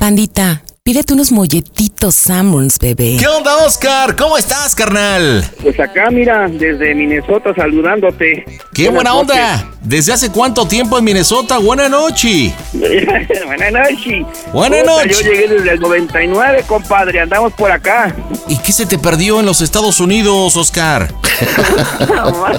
Pandita, pídete unos molletitos Samuels, bebé. ¿Qué onda, Oscar? ¿Cómo estás, carnal? Pues acá, mira, desde Minnesota saludándote. ¡Qué buena onda! ¿Desde hace cuánto tiempo en Minnesota? Buena noche. Buenas noches. Buenas Puta, noches. Yo llegué desde el 99, compadre. Andamos por acá. ¿Y qué se te perdió en los Estados Unidos, Oscar? No más.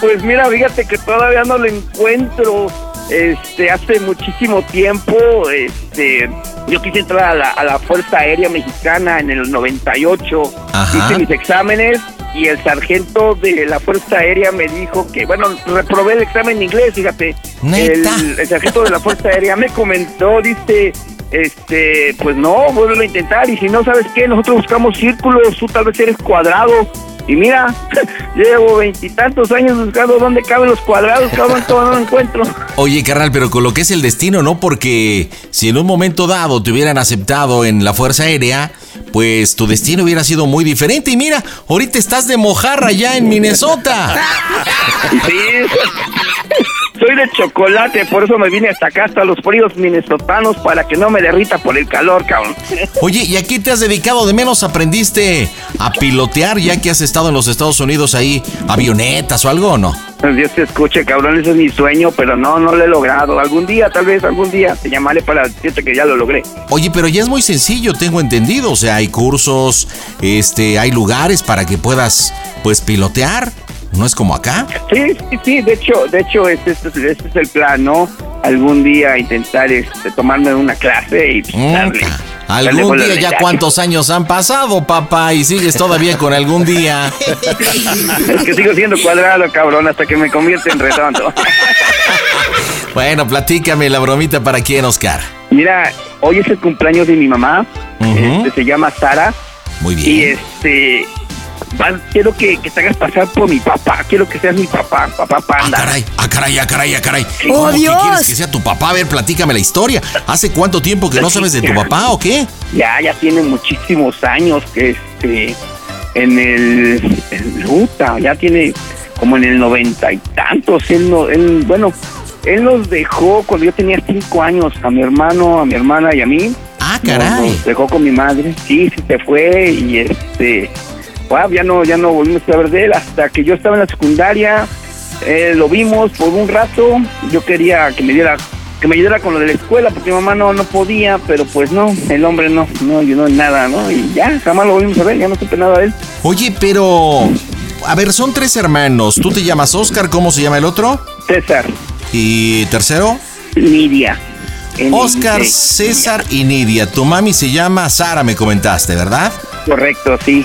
pues mira, fíjate que todavía no lo encuentro. Este, hace muchísimo tiempo, este, yo quise entrar a la, a la Fuerza Aérea Mexicana en el 98. Ajá. Hice mis exámenes y el sargento de la Fuerza Aérea me dijo que, bueno, reprobé el examen de inglés, fíjate. Neta. El, el sargento de la Fuerza Aérea me comentó, dice, este, pues no, vuelve a intentar y si no, ¿sabes qué? Nosotros buscamos círculos, tú tal vez eres cuadrado. Y mira, llevo veintitantos años buscando dónde caben los cuadrados, cabrón, todavía no lo encuentro. Oye, carnal, pero con lo que es el destino, ¿no? Porque si en un momento dado te hubieran aceptado en la Fuerza Aérea, pues tu destino hubiera sido muy diferente. Y mira, ahorita estás de mojarra ya en Minnesota. Sí. Soy de chocolate, por eso me vine hasta acá, hasta los fríos minnesotanos, para que no me derrita por el calor, cabrón. Oye, ¿y aquí te has dedicado? De menos aprendiste a pilotear ya que has estado en los Estados Unidos ahí, avionetas o algo, ¿o no? Dios te escuche, cabrón, ese es mi sueño, pero no, no lo he logrado. Algún día, tal vez, algún día, te llamaré para decirte que ya lo logré. Oye, pero ya es muy sencillo, tengo entendido. O sea, hay cursos, este, hay lugares para que puedas, pues, pilotear. No es como acá. Sí, sí, sí, de hecho, de hecho, este, este, es- este es el plan, ¿no? Algún día intentar este, tomarme una clase y Mm, darle. ca- darle Algún día popularidad. ya cuántos años han pasado, papá, y sigues todavía con algún día. pues, Es que sigo siendo cuadrado, cabrón, hasta que me convierta en redondo. Bueno, platícame la bromita para quién, Oscar. Mira, hoy es el cumpleaños de mi mamá, Ujú. este, se llama Sara, Muy y bien. este. va- quiero que, que te hagas pasar por mi papá, quiero que seas mi papá, papá Ah, panda. caray, ah, caray, ah, caray, ah, caray. ¡Oh, ¿Cómo que Dios! quieres que sea tu papá? A ver, platícame la historia. ¿Hace cuánto tiempo que no sabes de tu papá o qué? ya, ya tiene muchísimos años que este en el en Utah, ya tiene como en el noventa y tantos, él no, él, bueno, él nos dejó cuando yo tenía cinco años, a mi hermano, a mi hermana y a mí, Ah, nos- caray. Nos dejó con mi madre, sí, sí se fue y este, wow, ya no, ya no volvimos a saber de él hasta que yo estaba en la secundaria, eh, lo vimos por un rato, yo quería que me diera, que me ayudara con lo de la escuela porque mi mamá no, no podía, pero pues no, el hombre no, no ayudó en nada, ¿no? Y ya, jamás lo volvimos a ver, ya no supe nada de él. Oye, pero... A ver, son tres hermanos. Tú te llamas Oscar, ¿cómo se llama el otro? César, Y tercero, Nidia. N- Oscar, eh, César y Nidia. Tu mami se llama Sara, me comentaste, ¿verdad? Correcto, sí.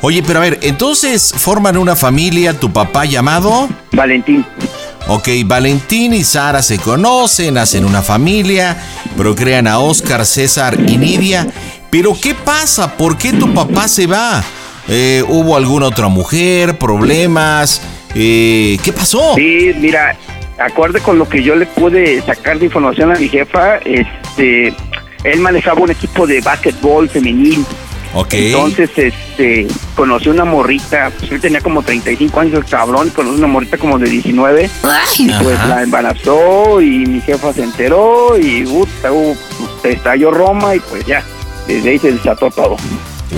Oye, pero a ver, entonces forman una familia, tu papá llamado... Valentín. Ok, Valentín y Sara se conocen, hacen una familia, procrean a Oscar, César y Nidia. Pero ¿qué pasa? ¿Por qué tu papá se va? Eh, ¿Hubo alguna otra mujer? ¿Problemas? Eh, ¿Qué pasó? Sí, mira, acorde con lo que yo le pude sacar de información a mi jefa, este, él manejaba un equipo de básquetbol femenil. Ok. Entonces, este, conocí una morrita, pues él tenía como 35 años el cabrón, conocí una morrita como de 19, Ay, y pues Ajá. la embarazó y mi jefa se enteró y puta, hubo- se estalló Roma y pues ya, desde ahí se desató todo.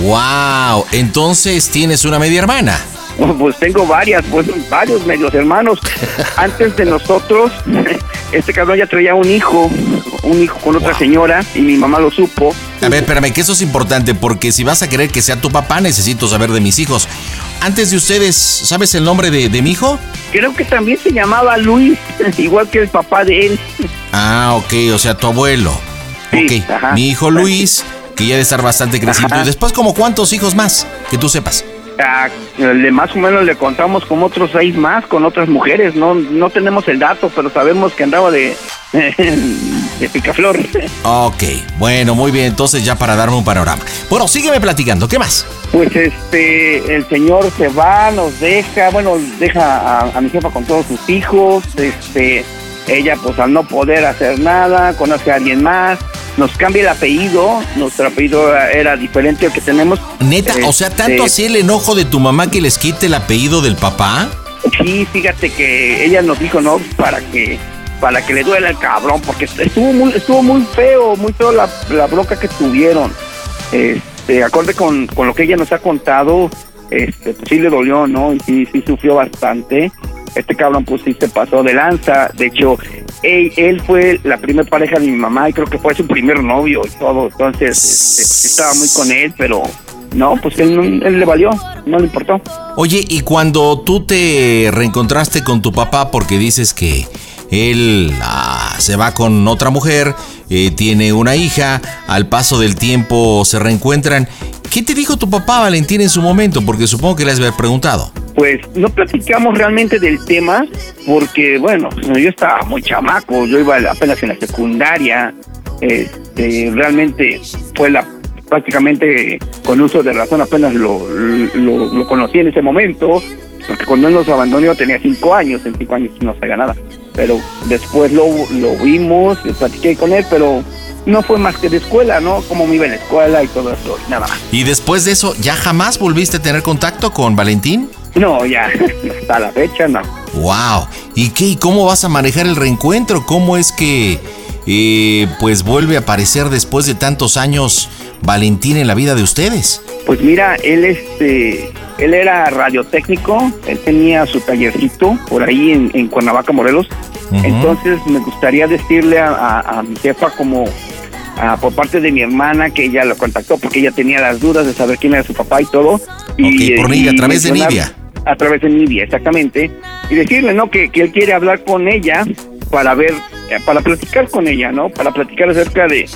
Wow, entonces tienes una media hermana. No, Pues tengo varias, pues varios medios hermanos. Antes de nosotros, este cabrón ya traía un hijo, un hijo con otra señora y mi mamá lo supo. A ver, espérame, que eso es importante porque si vas a querer que sea tu papá, necesito saber de mis hijos. Antes de ustedes, ¿sabes el nombre de, de mi hijo? Creo que también se llamaba Luis, igual que el papá de él. Ah, ok, o sea, tu abuelo. Sí, ok, ajá. mi hijo Luis, que ya debe estar bastante crecido. Ajá. Y después, ¿como cuántos hijos más? Que tú sepas. Ah, le más o menos le contamos con otros seis más, con otras mujeres. No, no tenemos el dato, pero sabemos que andaba de, de picaflor. Ok, bueno, muy bien, entonces ya para darme un panorama. Bueno, sígueme platicando, ¿qué más? Pues este, el señor se va, nos deja, bueno, deja a, a mi jefa con todos sus hijos, este, ella pues al no poder hacer nada, conoce a alguien más, nos cambia el apellido, nuestro apellido era, era diferente al que tenemos. Neta, o sea, tanto Este, así el enojo de tu mamá que les quite el apellido del papá. Sí, fíjate que ella nos dijo, ¿no? Para que para que le duela el cabrón, porque estuvo muy estuvo muy feo, muy feo la, la bronca que tuvieron. Este, acorde con, con lo que ella nos ha contado, este, pues sí le dolió, ¿no? Y sí, sí sufrió bastante. Este cabrón, pues sí se pasó de lanza. De hecho, él, él fue la primera pareja de mi mamá y creo que fue su primer novio y todo. Entonces, este, pues, estaba muy con él, pero no, pues él, no- él le valió, no le importó. Oye, y cuando tú te reencontraste con tu papá porque dices que él ah, se va con otra mujer, eh, tiene una hija, al paso del tiempo se reencuentran, ¿qué te dijo tu papá Valentín en su momento? Porque supongo que le has de haber preguntado. Pues no platicamos realmente del tema porque, bueno, yo estaba muy chamaco, yo iba apenas en la secundaria, este, realmente fue la prácticamente con uso de razón apenas lo, lo, lo conocí en ese momento, porque cuando él nos abandonó yo tenía cinco años, en cinco años no sabía nada, pero después lo, lo vimos, platiqué con él, pero no fue más que de escuela, ¿no? Cómo me iba en la escuela y todo eso, y nada más. Y después de eso, ¿ya jamás volviste a tener contacto con Valentín? No, ya, hasta la fecha no. ¡Wow! ¿Y qué? ¿Y cómo vas a manejar el reencuentro? ¿Cómo es que eh, pues vuelve a aparecer después de tantos años Valentín en la vida de ustedes? Pues mira, él este, él era radiotécnico, él tenía su tallercito por ahí en, en Cuernavaca, Morelos. Ujú. Entonces me gustaría decirle a, a- a mi jefa como ah, por parte de mi hermana que ella lo contactó porque ella tenía las dudas de saber quién era su papá y todo. Y, Ok, por eh, Nidia, a y través de mencionar- Nidia. A través de Nidia, exactamente. Y decirle, ¿no? Que, que él quiere hablar con ella para ver, eh, para platicar con ella, ¿no? Para platicar acerca de,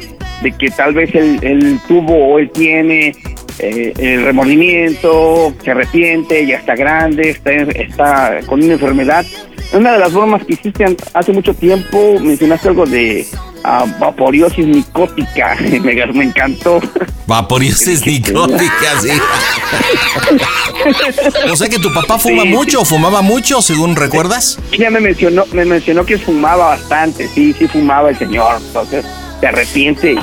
de que tal vez él, él tuvo o él tiene eh, el remordimiento, se arrepiente, ya está grande, está, está con una enfermedad. Una de las bromas que hiciste an- hace mucho tiempo, mencionaste algo de ah, vaporiosis micótica. me, me encantó. Vaporiosis nicóticas, sí. ¿eh? o sea que tu papá fuma Sí, sí. mucho, fumaba mucho, según recuerdas. Ella me mencionó, me mencionó que fumaba bastante, sí, sí fumaba el señor, entonces se arrepiente y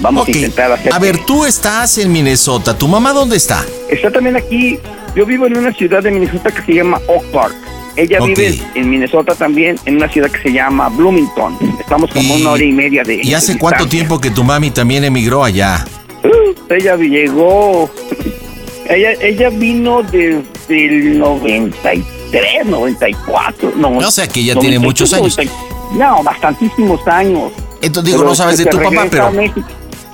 vamos Ok. a intentar hacer. A ver, tú estás en Minnesota. ¿Tu mamá dónde está? Está también aquí, yo vivo en una ciudad de Minnesota que se llama Oak Park. Ella Ok. vive en Minnesota también, en una ciudad que se llama Bloomington. Estamos como Y- una hora y media de. ¿Y hace de cuánto distancia. tiempo que tu mami también emigró allá? Uh, ella llegó. Ella, ella vino desde el 93, 94. No, O sea que ya tiene muchos años. No, bastantísimos años. Entonces digo, Pero no sabes de se tu papá, regresa pero, a México.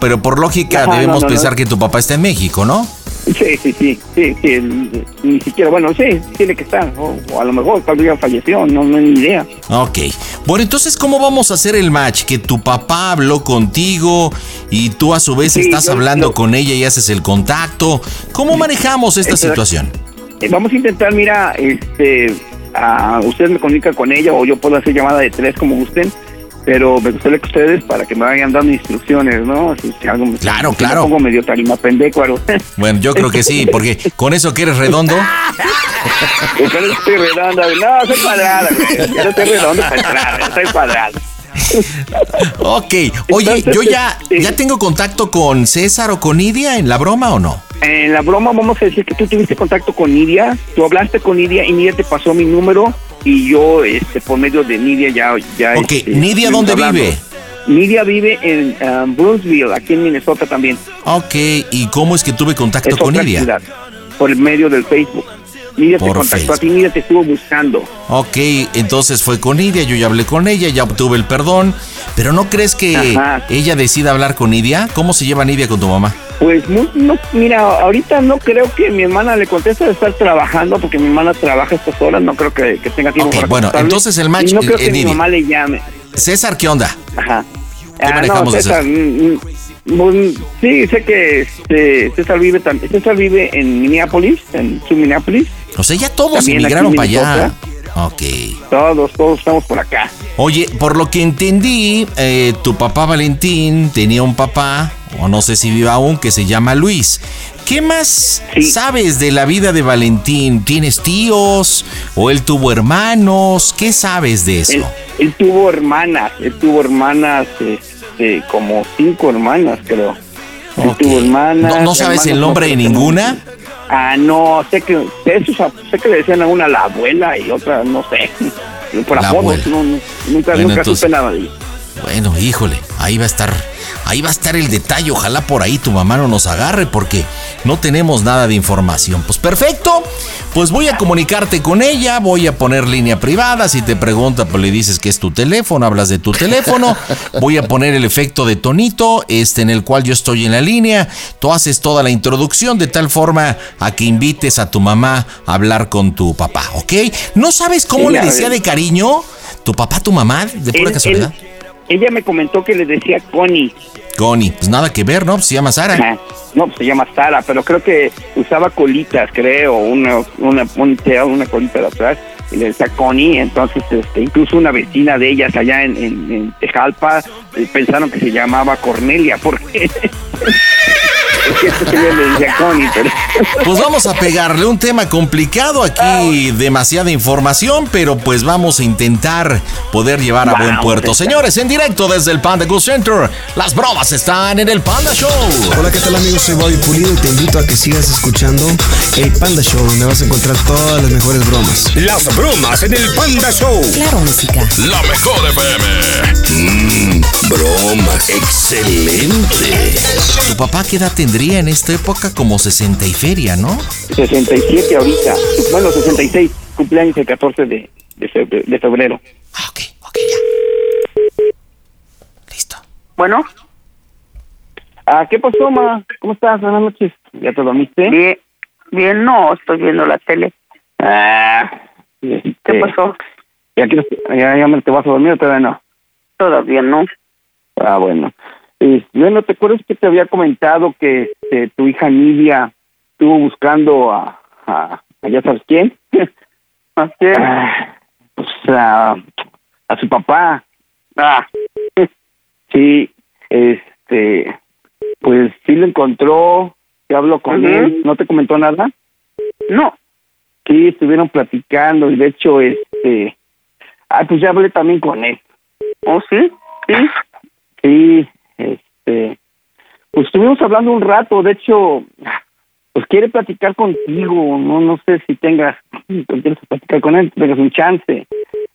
pero por lógica Ajá, debemos no, no, pensar no. que tu papá está en México, ¿no? Sí, sí, sí, sí, sí, el- ni siquiera, bueno, sí, tiene que estar, o, o a lo mejor tal vez ya falleció, no, no hay ni idea. Ok. Bueno, entonces, ¿cómo vamos a hacer el match? Que tu papá habló contigo y tú a su vez Sí, estás yo- hablando yo- con ella y haces el contacto. ¿Cómo manejamos esta Exacto. situación? Eh, vamos a intentar, mira, este, a, ustedes me comunican con ella o yo puedo hacer llamada de tres como gusten, pero me gustaría que ustedes, para que me vayan dando instrucciones, ¿no? Si, si algo me- Claro, si me claro. pongo medio tarima pendécuaro. Bueno, yo creo que sí, porque con eso que eres redondo. Entonces estoy redonda, no, soy cuadrada, güey. yo no estoy redonda, soy cuadrada, yo soy cuadrada. Ok. Oye, Entonces, yo ya, sí. ya tengo contacto con César o con Idia en la broma o no. En Eh, la broma vamos a decir que tú tuviste contacto con Nidia, tú hablaste con Nidia y Nidia te pasó mi número y yo este por medio de Nidia ya ya Ok, este, ¿Nidia estuvimos dónde vive? Nidia vive en ah, Brownsville, aquí en Minnesota también. Ok. ¿Y cómo es que tuve contacto Es con otra Idia? ciudad, por el medio del Facebook. Nidia te Por contactó a Facebook. ti, Nidia te estuvo buscando. Ok, entonces fue con Nidia, yo ya hablé con ella, ya obtuve el perdón, pero ¿no crees que Ajá. ella decida hablar con Nidia? ¿Cómo se lleva Nidia con tu mamá? Pues no, no, mira, ahorita no creo que mi hermana le conteste de estar trabajando porque mi hermana trabaja estas horas, no creo que, que tenga tiempo Ok, para bueno, contestarle. entonces el match, Y no creo eh, que mi Nidia. mamá le llame. César, ¿qué onda? Ajá. manejamos de César, mm, mm, mm, sí, sé que este, César vive también, César vive en Minneapolis, en su Minneapolis. O sea, ya todos También aquí emigraron en para allá. Ok. Todos, todos estamos por acá. Oye, por lo que entendí, eh, tu papá Valentín tenía un papá, o no sé si viva aún, que se llama Luis. ¿Qué más Sí. sabes de la vida de Valentín? ¿Tienes tíos? ¿O él tuvo hermanos? ¿Qué sabes de eso? Él, él tuvo hermanas, él tuvo hermanas, este, como cinco hermanas, creo. Él Ok. tuvo hermanas. ¿No- no sabes hermanos, el nombre de creo que ninguna? no. Ah, no, sé que, eso, sé que le decían a una la abuela y otra, no sé. Por La apodos, abuela. no, no, nunca, Bueno, nunca entonces- supe nada de ella. Bueno, híjole, ahí va a estar, ahí va a estar el detalle. Ojalá por ahí tu mamá no nos agarre porque no tenemos nada de información. Pues perfecto, pues voy a comunicarte con ella, voy a poner línea privada. Si te pregunta, pues le dices que es tu teléfono, hablas de tu teléfono. Voy a poner el efecto de tonito, este en el cual yo estoy en la línea. Tú haces toda la introducción de tal forma a que invites a tu mamá a hablar con tu papá, ¿ok? ¿No sabes cómo Sí, le a decía ver. de cariño tu papá, tu mamá, de pura Él- casualidad? él- ella me comentó que le decía Connie. Connie, pues nada que ver, ¿no? Pues se llama Sara. Ajá. No, pues se llama Sara, pero creo que usaba colitas, creo, una, una ponytail, una colita de atrás, y le decía Connie, entonces este, incluso una vecina de ellas allá en, en, en Tejalpa eh, pensaron que se llamaba Cornelia, porque yo le decía Connie, pero Pues vamos a pegarle un tema complicado aquí, demasiada información, pero pues vamos a intentar poder llevar a buen Vamos, puerto. está. Señores, en directo desde el Panda Cool Center, las bromas están en el Panda Show. Hola, ¿qué tal amigos? Soy Bobby Pulido y te invito a que sigas escuchando el Panda Show, donde vas a encontrar todas las mejores bromas. Las bromas en el Panda Show. Claro, música. La mejor FM. Mm, broma. Excelente. Tu papá, ¿qué edad tendría en esta época? Como 60 y feria, ¿no? 67 ahorita, bueno, 66, cumpleaños el 14 de, de, febrero, de febrero. Ah, ok, ok, ya. Listo. Bueno. Ah, ¿Qué pasó, ma? ¿Cómo estás? Buenas noches. ¿Ya te dormiste? Bien, bien, no, estoy viendo la tele. Ah, este. ¿Qué ¿Qué pasó? ¿Ya, quieres- ya, ya me te vas a dormir o todavía no? Todavía no. Ah, bueno. Y, bueno, ¿te acuerdas que te había comentado que este, tu hija Nidia estuvo buscando a, a, a ya sabes quién? Así es. Ah, pues a, a su papá. Ah, sí, este, pues sí lo encontró, se habló con Ujú. él, ¿no te comentó nada? No, Sí, estuvieron platicando y de hecho, este, ah, pues ya hablé también con él. ¿o Oh, sí? Sí, Sí, este, pues estuvimos hablando un rato, de hecho, pues quiere platicar contigo, no no sé si tengas, si quieres platicar con él, tengas un chance.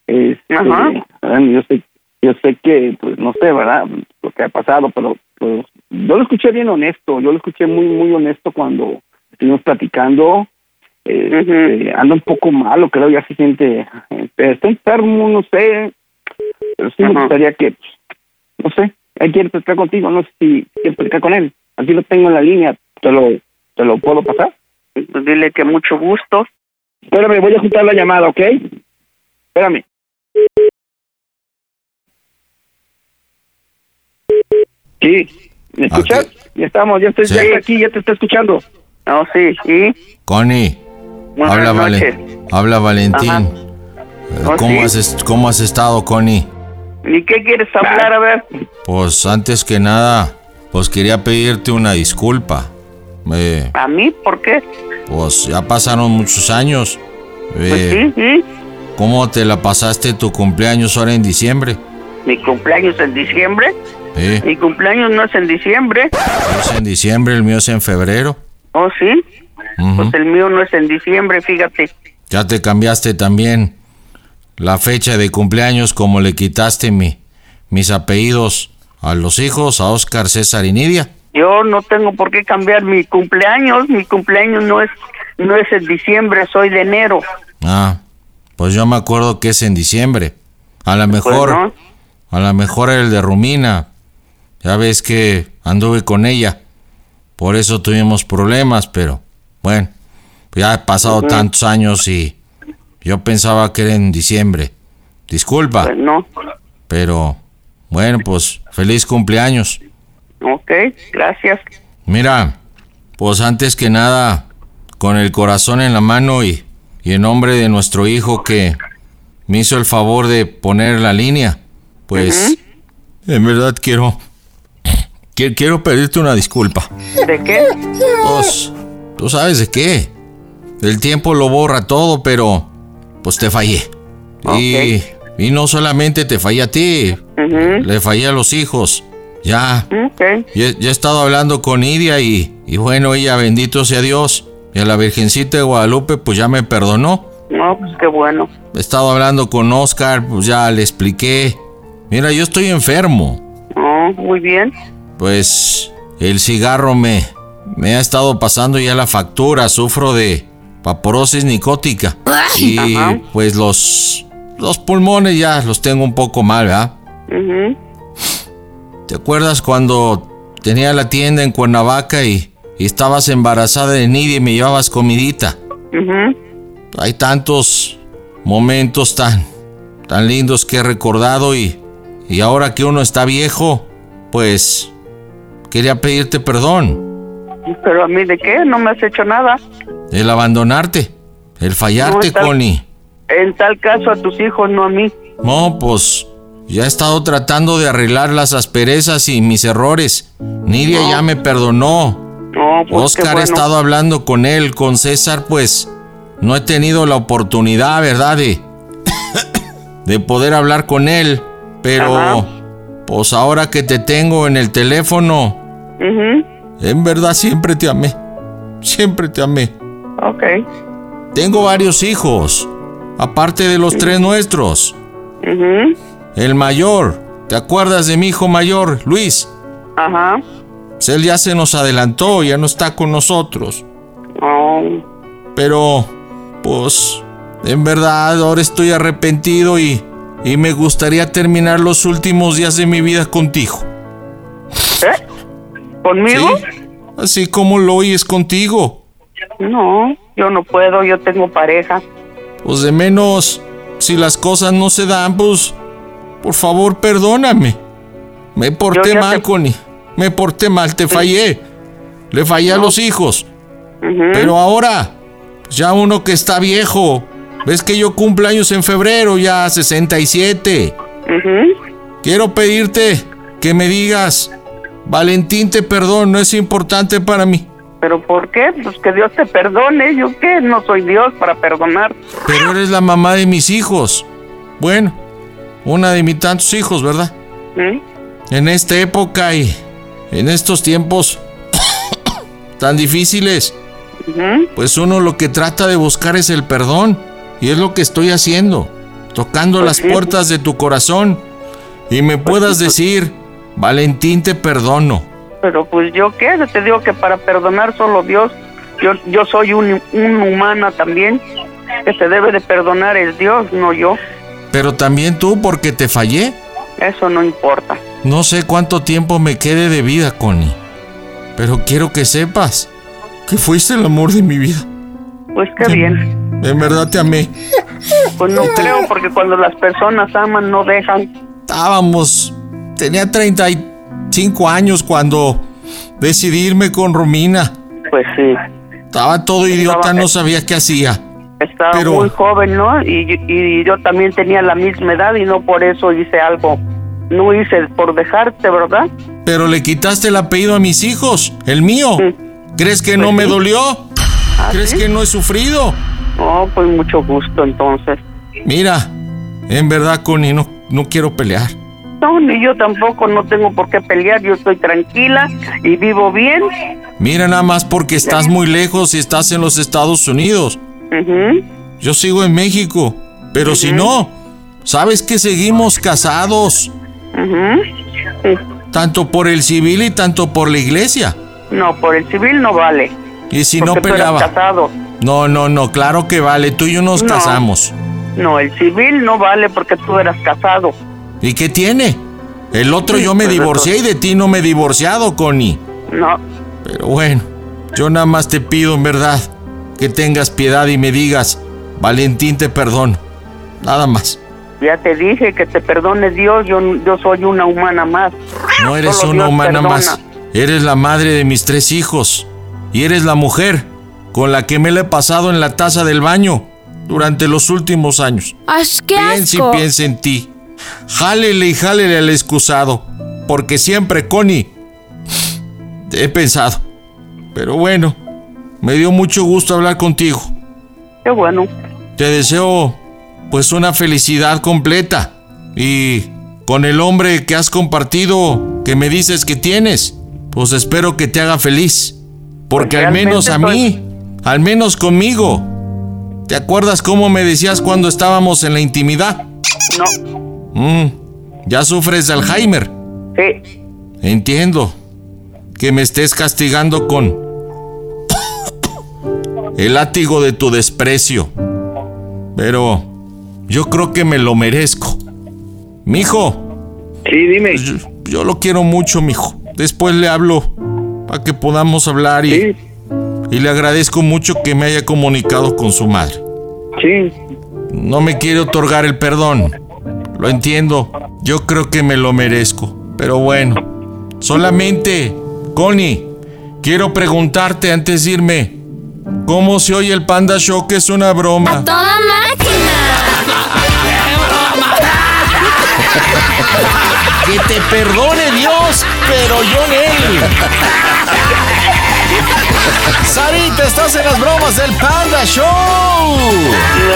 Este, Ajá. bueno, yo sé, yo sé que, pues no sé, ¿verdad? Lo que ha pasado, pero pues, yo lo escuché bien honesto, yo lo escuché muy, muy honesto cuando estuvimos platicando. Este, Anda un poco malo, creo, ya se siente, eh, está enfermo, no sé, pero sí me Ajá. gustaría que, pues, no sé, él quiere platicar contigo, no sé si quiere platicar con él. Aquí lo tengo en la línea, te lo, te lo puedo pasar. pues dile que mucho gusto. Espérame, voy a juntar la llamada, ¿ok? Espérame. Sí, ¿me escuchas? Ok. Ya estamos, ya estoy, Sí. ya estoy aquí, ya te está escuchando. ¿O sí? ¿Y? Connie, Buenas habla, noches. vale, habla Valentín. Ajá. Eh, Oh, ¿Cómo, sí. has est- ¿Cómo has estado, Connie? ¿Y qué quieres Ah. hablar? A ver. Pues antes que nada, pues quería pedirte una disculpa. Eh, ¿A mí? ¿Por qué? pues ya pasaron muchos años. Pues Eh, sí, sí. ¿Cómo te la pasaste tu cumpleaños ahora en diciembre? Mi cumpleaños en diciembre. Eh, Mi cumpleaños no es en diciembre. es en diciembre, el mío es en febrero. ¿O sí? Ujú. Pues el mío no es en diciembre, fíjate. Ya te cambiaste también la fecha de cumpleaños como le quitaste mi, mis apellidos a los hijos, a Oscar, César y Nidia. Yo no tengo por qué cambiar mi cumpleaños. Mi cumpleaños no es No es en diciembre, soy de enero. Ah, pues yo me acuerdo que es en diciembre. A lo Pues, mejor, ¿no? a lo mejor el de Rumina. Ya ves que anduve con ella. Por eso tuvimos problemas, pero bueno, pues ya he pasado tantos años y yo pensaba que era en diciembre. Disculpa, Pues no. pero bueno, pues feliz cumpleaños. Ok, gracias. Mira, pues antes que nada, con el corazón en la mano y, y en nombre de nuestro hijo que me hizo el favor de poner la línea, pues en verdad quiero, qui- quiero pedirte una disculpa. ¿De qué? Pues, tú sabes de qué. El tiempo lo borra todo, pero pues te fallé. Y- Y, no solamente te fallé a ti, le fallé a los hijos. Ya, Ok, ya, ya he estado hablando con Idia y, y bueno, ella, bendito sea Dios. Y a la Virgencita de Guadalupe, pues ya me perdonó. no, pues qué bueno. He estado hablando con Oscar, pues ya le expliqué. Mira, yo estoy enfermo. No, muy bien. Pues el cigarro me, me ha estado pasando ya la factura. Sufro de vaporosis nicótica. Y Ajá. pues los, los pulmones ya los tengo un poco mal, ¿verdad? Ujú. ¿Te acuerdas cuando tenía la tienda en Cuernavaca y, y estabas embarazada de Nidia y me llevabas comidita? Ujú, Hay tantos momentos tan, tan lindos que he recordado y, y ahora que uno está viejo, pues quería pedirte perdón. Pero a mí de qué? No me has hecho nada. El abandonarte, el fallarte, está- Connie. En tal caso a tus hijos, no a mí. No, pues ya he estado tratando de arreglar las asperezas y mis errores. Nidia ya me perdonó. No, pues qué Oscar, bueno. he estado hablando con él, con César, pues no he tenido la oportunidad, ¿verdad? De, de poder hablar con él. Pero, Ajá. pues ahora que te tengo en el teléfono, Ujú, en verdad siempre te amé. Siempre te amé. Ok, Tengo varios hijos, aparte de los tres nuestros. ujú, El mayor, ¿te acuerdas de mi hijo mayor, Luis? ajá. Pues él ya se nos adelantó, ya no está con nosotros. No, Pero, pues, en verdad ahora estoy arrepentido y, y me gustaría terminar los últimos días de mi vida contigo. ¿sí? ¿Conmigo? Así como lo oyes contigo. No, yo no puedo, yo tengo pareja. Pues de menos, si las cosas no se dan, pues, por favor, perdóname. Me porté ya mal, te- Connie. Me porté mal, te fallé. Le fallé a los hijos. Ujú. Pero ahora, pues, ya uno que está viejo. Ves que yo cumplo años en febrero, ya 67. Ujú. Quiero pedirte que me digas, Valentín, te perdón, no es importante para mí. ¿Pero por qué? Pues que Dios te perdone. ¿Yo qué? No soy Dios para perdonar. Pero eres la mamá de mis hijos. Bueno, una de mis tantos hijos, ¿verdad? ¿Mm? En esta época y en estos tiempos tan difíciles, Ujú. pues uno lo que trata de buscar es el perdón. Y es lo que estoy haciendo, tocando las Pues sí. Pues puertas de tu corazón. Y me puedas decir, Valentín, te perdono. Pero pues yo qué? Te digo que para perdonar solo Dios. Yo, yo soy un, un humana también. Que se debe de perdonar es Dios, no yo. Pero también tú porque te fallé. Eso no importa. No sé cuánto tiempo me quede de vida, Connie. Pero quiero que sepas que fuiste el amor de mi vida. Pues qué bien. En verdad te amé. Pues no creo, porque cuando las personas aman no dejan. Estábamos. Tenía 35 años cuando decidí irme con Romina. Pues sí. eh. Estaba todo idiota, no sabía qué hacía. Estaba Pero- muy joven, ¿no? Y, y yo también tenía la misma edad y no por eso hice algo. No hice por dejarte, ¿verdad? Pero le quitaste el apellido a mis hijos, el mío. ¿Crees que Pues no me dolió? ¿Ah, ¿Crees que no he sufrido? No, pues mucho gusto entonces. Mira, en verdad, Connie, no, no quiero pelear. No, ni yo tampoco, no tengo por qué pelear, yo estoy tranquila y vivo bien. Mira nada más porque estás muy lejos y estás en los Estados Unidos. Ujú. Yo sigo en México. Pero si no, sabes que seguimos casados. Sí. Tanto por el civil y tanto por la iglesia. No, por el civil no vale. Y si porque no tú eras peleaba. casado. No, no, no, claro que vale. Tú y yo nos No. casamos. No, el civil no vale porque tú eras casado. ¿Y qué tiene? El otro Sí, yo me pues, divorcié y de ti no me he divorciado, Connie. No, Pero bueno, yo nada más te pido en verdad que tengas piedad y me digas, Valentín, te perdono. Nada más. ya te dije que te perdone Dios, yo, yo soy una humana más. No eres Solo una Dios humana perdona. más. Eres la madre de mis tres hijos. Y eres la mujer con la que me la he pasado en la taza del baño durante los últimos años. ¡As Ah, qué Piensa y asco! piensa en ti. Jálele y jálele al excusado. Porque siempre, Connie, te he pensado. Pero bueno, me dio mucho gusto hablar contigo. Qué bueno. Te deseo, pues, una felicidad completa. Y con el hombre que has compartido, que me dices que tienes, pues espero que te haga feliz. Porque Pues al menos a realmente mí, al menos conmigo. ¿Te acuerdas cómo me decías cuando estábamos en la intimidad? No, Mm, ya sufres de Alzheimer. sí, Entiendo que me estés castigando con el látigo de tu desprecio. Pero yo creo que me lo merezco. Mijo, Sí, dime. yo, yo lo quiero mucho, mijo. Después le hablo para que podamos hablar y, Sí, y le agradezco mucho que me haya comunicado con su madre. sí. No me quiere otorgar el perdón. Lo entiendo. Yo creo que me lo merezco. Pero bueno. Solamente, Connie, quiero preguntarte antes de irme. ¿Cómo se oye el Panda Show que es una broma? ¡A toda máquina! Que te perdone Dios, pero yo en él. Sarita, estás en las bromas del Panda Show.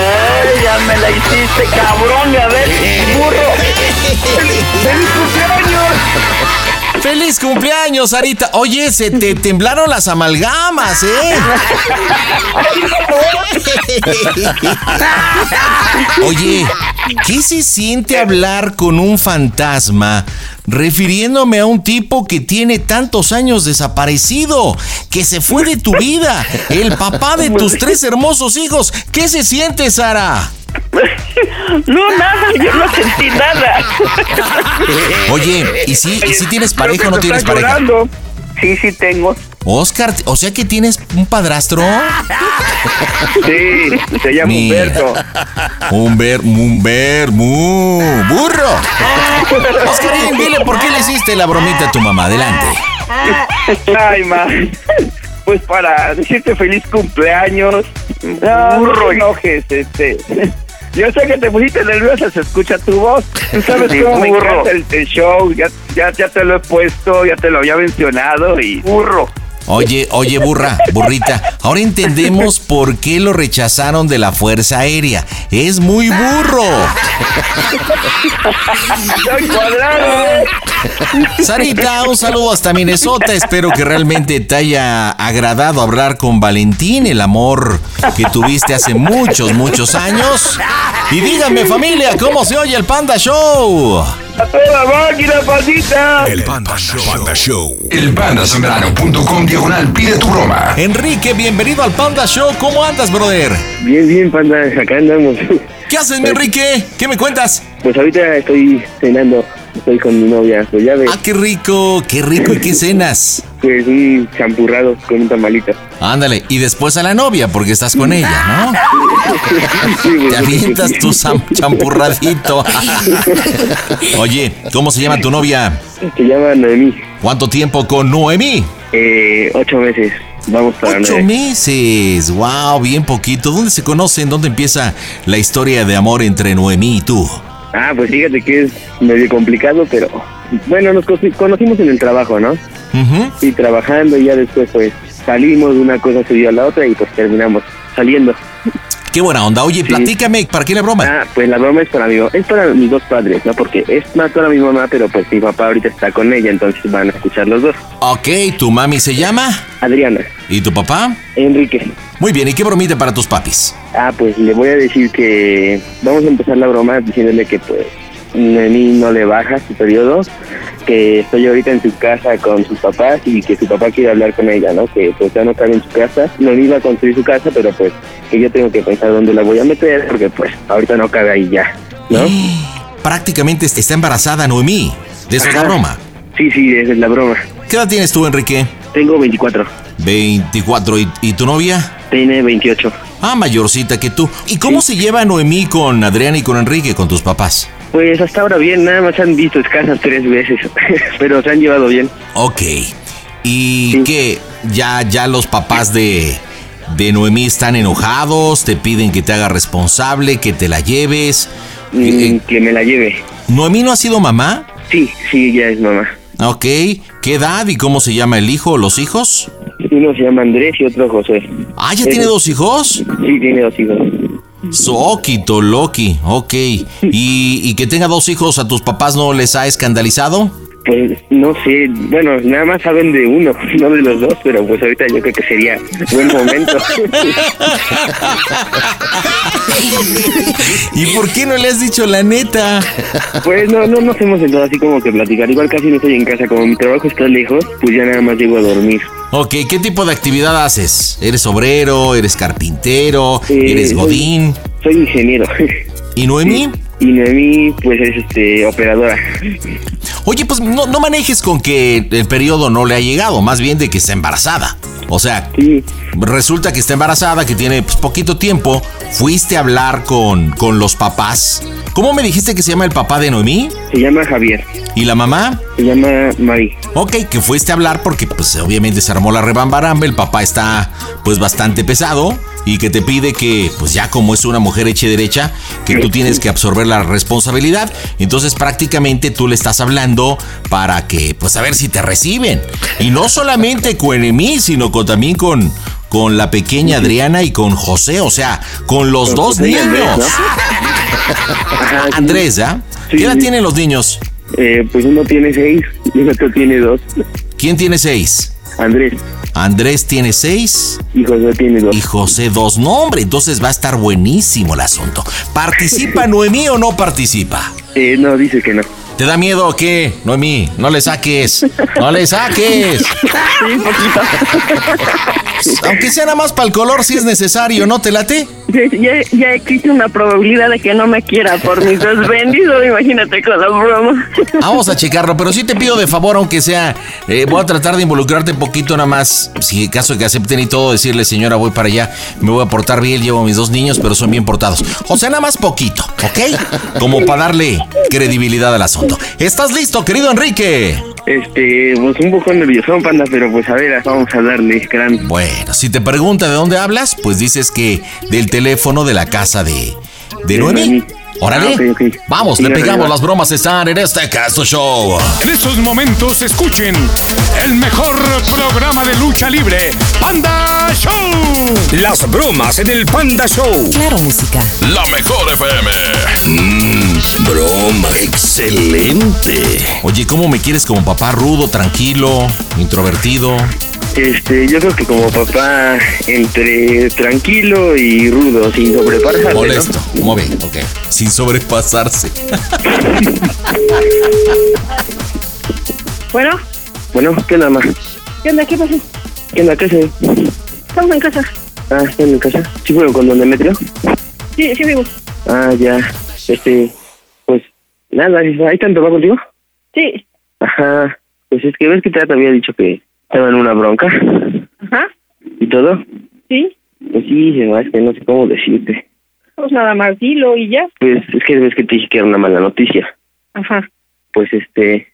Ay, ya me la hiciste, cabrón, a ver, burro. ¡Feliz cumpleaños! ¡Feliz cumpleaños, Sarita! Oye, se te temblaron las amalgamas, ¿eh? Oye, ¿qué se siente hablar con un fantasma refiriéndome a un tipo que tiene tantos años desaparecido, que se fue de tu vida, el papá de tus tres hermosos hijos? ¿Qué se siente, Sara? no, nada, yo no sentí nada. Oye, ¿y si, y si tienes pareja o no tienes pareja? Llorando. Sí, sí tengo. Oscar, o sea que tienes un padrastro. Sí, se llama Mira. Humberto. Un ver, un ver, mu, burro. Oscarín, dile por qué le hiciste la bromita a tu mamá. Adelante. Ay, ma. Pues para decirte feliz cumpleaños. No, no te enojes, este. Yo sé que te pusiste nerviosa, se escucha tu voz. Tú sabes Sí, cómo me burro. encanta el, el show. Ya, ya, ya te lo he puesto, ya te lo había mencionado y. Burro. Oye, oye, burra, burrita. Ahora entendemos por qué lo rechazaron de la Fuerza Aérea. Es muy burro. ¡Soy cuadrado! Sarita, un saludo hasta Minnesota. Espero que realmente te haya agradado hablar con Valentín, el amor que tuviste hace muchos, muchos años. Y díganme, familia, ¿cómo se oye el Panda Show? ¡A toda máquina, pandita! El Panda Show. Panda Show. Elpandasembrano.com diagonal pide tu broma. Enrique, bienvenido al Panda Show. ¿Cómo andas, brother? Bien, bien, panda, acá andamos. ¿Qué haces, mi Enrique? ¿Qué me cuentas? Pues ahorita estoy cenando, estoy con mi novia, pues ya ves, Ah, qué rico, qué rico y qué cenas. pues un champurrado con un tamalito. Ándale, y después a la novia, porque estás con ella, ¿no? Sí, güey, Te avientas tu sam- champurradito. Oye, ¿cómo se llama tu novia? Se llama Noemí, ¿Cuánto tiempo con Noemí? eh, ocho meses, vamos para Ocho nueve. meses. Wow, bien poquito. ¿Dónde se conocen? ¿Dónde empieza la historia de amor entre Noemí y tú? Ah, pues fíjate que es medio complicado, pero bueno, nos conoci- conocimos en el trabajo, ¿no? Ujú. Y trabajando y ya después pues salimos, una cosa se dio a la otra y pues terminamos saliendo. Qué buena onda. Oye, platícame, ¿para qué la broma? Ah, pues la broma es para mi, es para mis dos padres, ¿no? Porque es más para mi mamá, pero pues mi papá ahorita está con ella, entonces van a escuchar los dos. Ok, tu mami se llama Adriana, y tu papá. Enrique. Muy bien, ¿y qué bromita para tus papis? Ah, pues le voy a decir que vamos a empezar la broma diciéndole que pues a mí no le baja su periodo, que estoy ahorita en su casa con sus papás y que su papá quiere hablar con ella, ¿no? Que pues ya no cabe en su casa, no iba a construir su casa, pero pues que yo tengo que pensar dónde la voy a meter porque pues ahorita no cabe ahí ya, ¿no? Prácticamente está embarazada Noemí. De eso es la Ajá. broma. Sí, sí, esa es la broma. ¿Qué edad tienes tú, Enrique? Tengo 24, 24. ¿Y, y tu novia? tiene 28. Ah, mayorcita que tú. ¿Y cómo se lleva Noemí con Adrián y con Enrique, con tus papás? Pues hasta ahora bien, nada más han visto escasas tres veces, pero se han llevado bien. Ok. ¿Y Sí. qué? Ya, ya los papás de, de Noemí están enojados, te piden que te haga responsable, que te la lleves. Mm, Eh, que me la lleve. ¿Noemí no ha sido mamá? Sí, sí, ya es mamá. Ok. ¿Qué edad y cómo se llama el hijo o los hijos? Uno se llama Andrés y otro José. Ah, ya Sí. tiene dos hijos. Sí, tiene dos hijos. Soquito, Loki, ok. ¿Y, y que tenga dos hijos a tus papás no les ha escandalizado? Pues no sé, bueno, nada más saben de uno, no de los dos, pero pues ahorita yo creo que sería buen momento. ¿Y por qué no le has dicho la neta? pues no, no nos hemos sentado así como que platicar. Igual casi no estoy en casa, como mi trabajo está lejos, pues ya nada más llego a dormir. Ok, ¿qué tipo de actividad haces? ¿Eres obrero? ¿Eres carpintero? Eh, ¿Eres soy- godín? Soy ingeniero. ¿Y Noemí? Y Noemí, pues es este, operadora. Oye, pues no, no manejes con que el periodo no le ha llegado, más bien de que está embarazada. O sea, Sí, resulta que está embarazada, que tiene pues, poquito tiempo. Fuiste a hablar con, con los papás. ¿Cómo me dijiste que se llama el papá de Noemí? se llama Javier, ¿Y la mamá? se llama Mari. Ok, que fuiste a hablar porque pues obviamente se armó la rebambaramba, el papá está pues bastante pesado y que te pide que pues ya como es una mujer hecha y derecha, que tú tienes que absorber la responsabilidad, entonces prácticamente tú le estás hablando para que pues a ver si te reciben. Y no solamente con mí, sino con, también con, con la pequeña Adriana y con José, o sea, con los dos José y niños. Andrés, Ajá, sí. Andrés, ¿ah? Sí, ¿Qué edad sí. tienen los niños? Eh, pues uno tiene seis y el otro tiene dos. ¿Quién tiene seis? Andrés Andrés tiene seis. y José tiene dos. y José dos. No, hombre, entonces va a estar buenísimo el asunto. ¿Participa Noemí o no participa? Eh, no, dice que no. ¿Te da miedo o qué, Noemí? No le saques, no le saques. Aunque sea nada más para el color, si es necesario, ¿no te late? Ya, ya- ya existe una probabilidad de que no me quiera por mis dos benditos, imagínate con la broma. Ah, Vamos a checarlo, pero sí te pido de favor, aunque sea, eh, voy a tratar de involucrarte un poquito nada más, si en caso de que acepten y todo, decirle, señora, voy para allá, me voy a portar bien, llevo a mis dos niños, pero son bien portados. O sea, nada más poquito, ¿ok? Como para darle credibilidad al asunto. ¿Estás listo, querido Enrique? Este, pues un poco nerviosón, panda, pero pues a ver, vamos a darle, gran. Bueno, si te pregunta de dónde hablas, pues dices que del teléfono de la casa de... ¿De De Noemí? Noemí. Órale, Ah, ok, ok. vamos, le Sí, pegamos, arriba. las bromas están en este caso show. En estos momentos escuchen el mejor programa de lucha libre, Panda Show. Las bromas en el Panda Show. Claro, música. La mejor FM. Mm, Broma, excelente. Oye, ¿cómo me quieres como papá rudo, tranquilo, introvertido? Este, yo creo que como papá, entre tranquilo y rudo, sin sobrepasarse, ¿no? Molesto, ¿cómo ve? Ok. Sin sobrepasarse. Bueno, Bueno, ¿qué nada más? ¿qué onda? ¿Qué pasó? ¿Qué onda? ¿Qué hace? Estamos en casa. Ah, ¿está en mi casa? ¿Sí fueron con don Demetrio? Sí, sí vivo. Ah, ya. Este, pues nada, ¿hay tanto va contigo? Sí. Ajá. Pues es que ves que te había dicho que estaba en una bronca Ajá. y todo. Sí. Pues sí, se va, es que no sé cómo decirte. Pues nada más dilo y ya. Pues es que ves que te dije que era una mala noticia. Ajá. pues este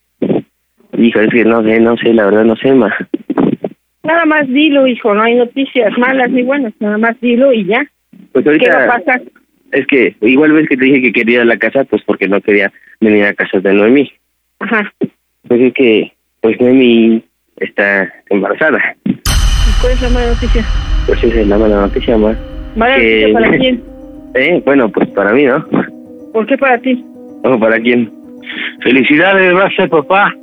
hijo es que no sé no sé la verdad no sé más Nada más dilo, hijo. No hay noticias malas ni buenas. Nada más dilo y ya. pues ¿Qué va a ahorita pasar? es que igual ves que te dije que quería ir a la casa pues porque no quería venir a casa de Noemí Ajá. pues es que pues Noemí está embarazada ¿Y ¿Cuál es la mala noticia? pues esa es la mala noticia más ¿Mala Eh, noticia para quién? eh bueno pues para mí no ¿Por qué para ti? o para quién Felicidades, va a ser papá.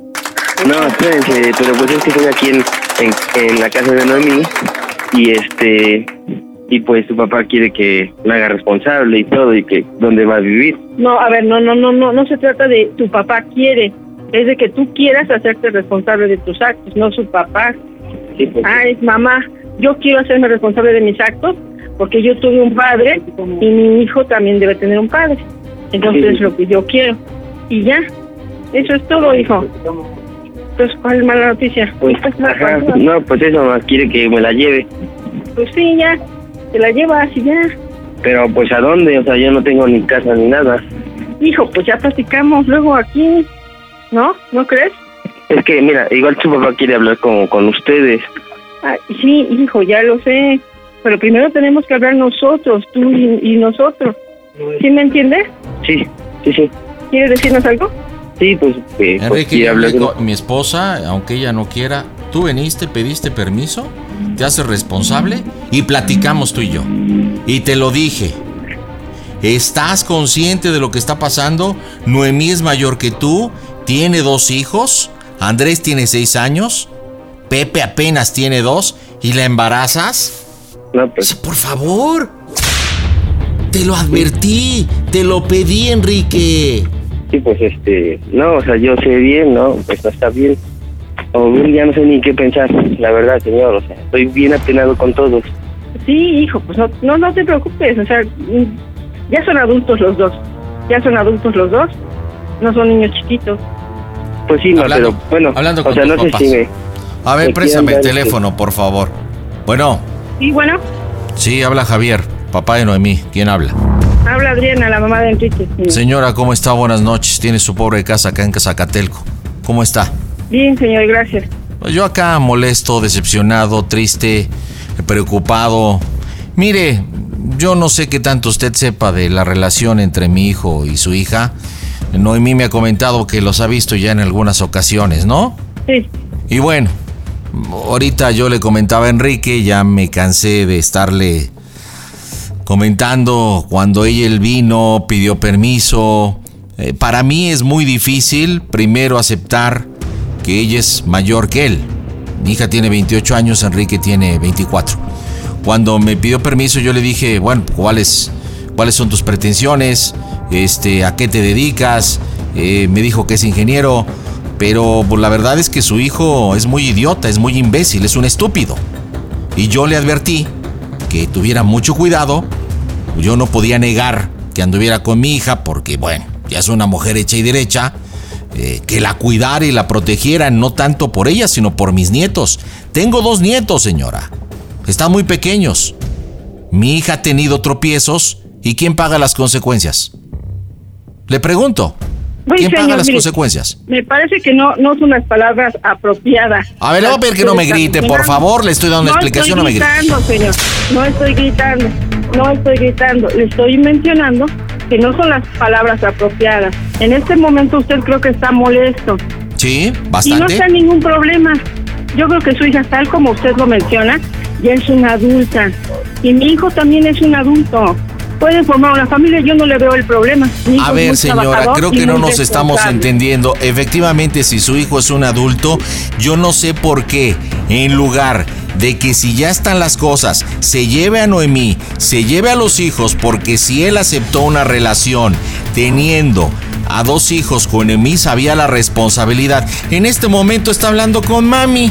no espérense pero pues es que estoy aquí en en, en la casa de Noemí y este y pues su papá quiere que la haga responsable y todo y que dónde va a vivir. No, a ver, no, no, no, no, no se trata de tu papá quiere, es de que tú quieras hacerte responsable de tus actos, no su papá. Sí, pues, Ah, es mamá, yo quiero hacerme responsable de mis actos porque yo tuve un padre y mi hijo también debe tener un padre. Entonces Sí. es lo que yo quiero. Y ya, eso es todo, hijo. Entonces, ¿cuál es mala noticia? pues, ajá, no, pues eso más quiere que me la lleve. Pues sí, ya, te la llevas y ya. Pero pues a dónde, o sea, yo no tengo ni casa ni nada. Hijo, pues ya platicamos luego aquí, ¿no? ¿No crees? Es que mira, igual su papá quiere hablar con, con ustedes. Ah, sí, hijo, ya lo sé. Pero primero tenemos que hablar nosotros, tú y, y nosotros. ¿Sí me entiendes? Sí, sí, sí. ¿Quieres decirnos algo? Sí, pues, eh, pues Enrique, quiere yo hablar le con... digo, mi esposa, aunque ella no quiera, tú veniste, pediste permiso, te haces responsable y platicamos tú y yo. Y te lo dije. ¿Estás consciente de lo que está pasando? Noemí es mayor que tú, tiene dos hijos, Andrés tiene seis años, Pepe apenas tiene dos y la embarazas. No, pues. Por favor. Te lo advertí, te lo pedí, Enrique. Sí, pues este, no, o sea, yo sé bien, ¿no? Pues no está bien. O bien, ya no sé ni qué pensar, la verdad, señor, o sea, estoy bien apenado con todos. Sí, hijo, pues no, no, no te preocupes. O sea, mm, ya son adultos los dos. Ya son adultos los dos. No son niños chiquitos. Pues sí, no, pero bueno, hablando con o sea, tus no papás. sé si me... A ver, me préstame quieran el dar este- teléfono, por favor. Bueno, Y bueno, sí, habla Javier, papá de Noemí. ¿Quién habla? habla Adriana, la mamá de Enrique. Señora, ¿cómo está? Buenas noches. Tiene su pobre casa acá en Zacatelco. ¿Cómo está? Bien, señor, gracias. Pues Yo acá molesto, decepcionado, triste, preocupado. Mire, yo no sé qué tanto usted sepa de la relación entre mi hijo y su hija. Noemí me ha comentado que los ha visto ya en algunas ocasiones, ¿no? Sí. Y bueno, ahorita yo le comentaba a Enrique, ya me cansé de estarle comentando cuando ella él vino, pidió permiso. Eh, para mí es muy difícil primero aceptar que ella es mayor que él. Mi hija tiene 28 años, Enrique tiene 24. Cuando me pidió permiso yo le dije, bueno, ¿cuáles, cuáles son tus pretensiones? Este, ¿A qué te dedicas? Eh, me dijo que es ingeniero, pero pues, la verdad es que su hijo es muy idiota, es muy imbécil, es un estúpido. Y yo le advertí que tuviera mucho cuidado. Yo no podía negar que anduviera con mi hija porque, bueno, ya es una mujer hecha y derecha. eh, que la cuidara y la protegiera, no tanto por ella, sino por mis nietos. Tengo dos nietos, señora. Están muy pequeños. Mi hija ha tenido tropiezos y ¿quién paga las consecuencias? Le pregunto, Oye, ¿quién paga señor, las mire, consecuencias? Me parece que no, no son las palabras apropiadas. A ver, le voy a pedir que no me grite, por favor. Le estoy dando una explicación, no me grite. gritando, señor. No estoy gritando. No estoy gritando. Le estoy mencionando que no son las palabras apropiadas. En este momento usted creo que está molesto. Sí, Y no bastante. está ningún problema. Yo creo que su hija, tal como usted lo menciona, ya es una adulta. Y mi hijo también es un adulto. Puede formar una familia, yo no le veo el problema. Mi hijo A es muy ver, señora, trabajador creo y que no muy nos estamos responsable. entendiendo. Efectivamente, si su hijo es un adulto, yo no sé por qué, en lugar de que si ya están las cosas, se lleve a Noemí, se lleve a los hijos, porque si él aceptó una relación teniendo a dos hijos con Noemí, sabía la responsabilidad. En este momento está hablando con mami.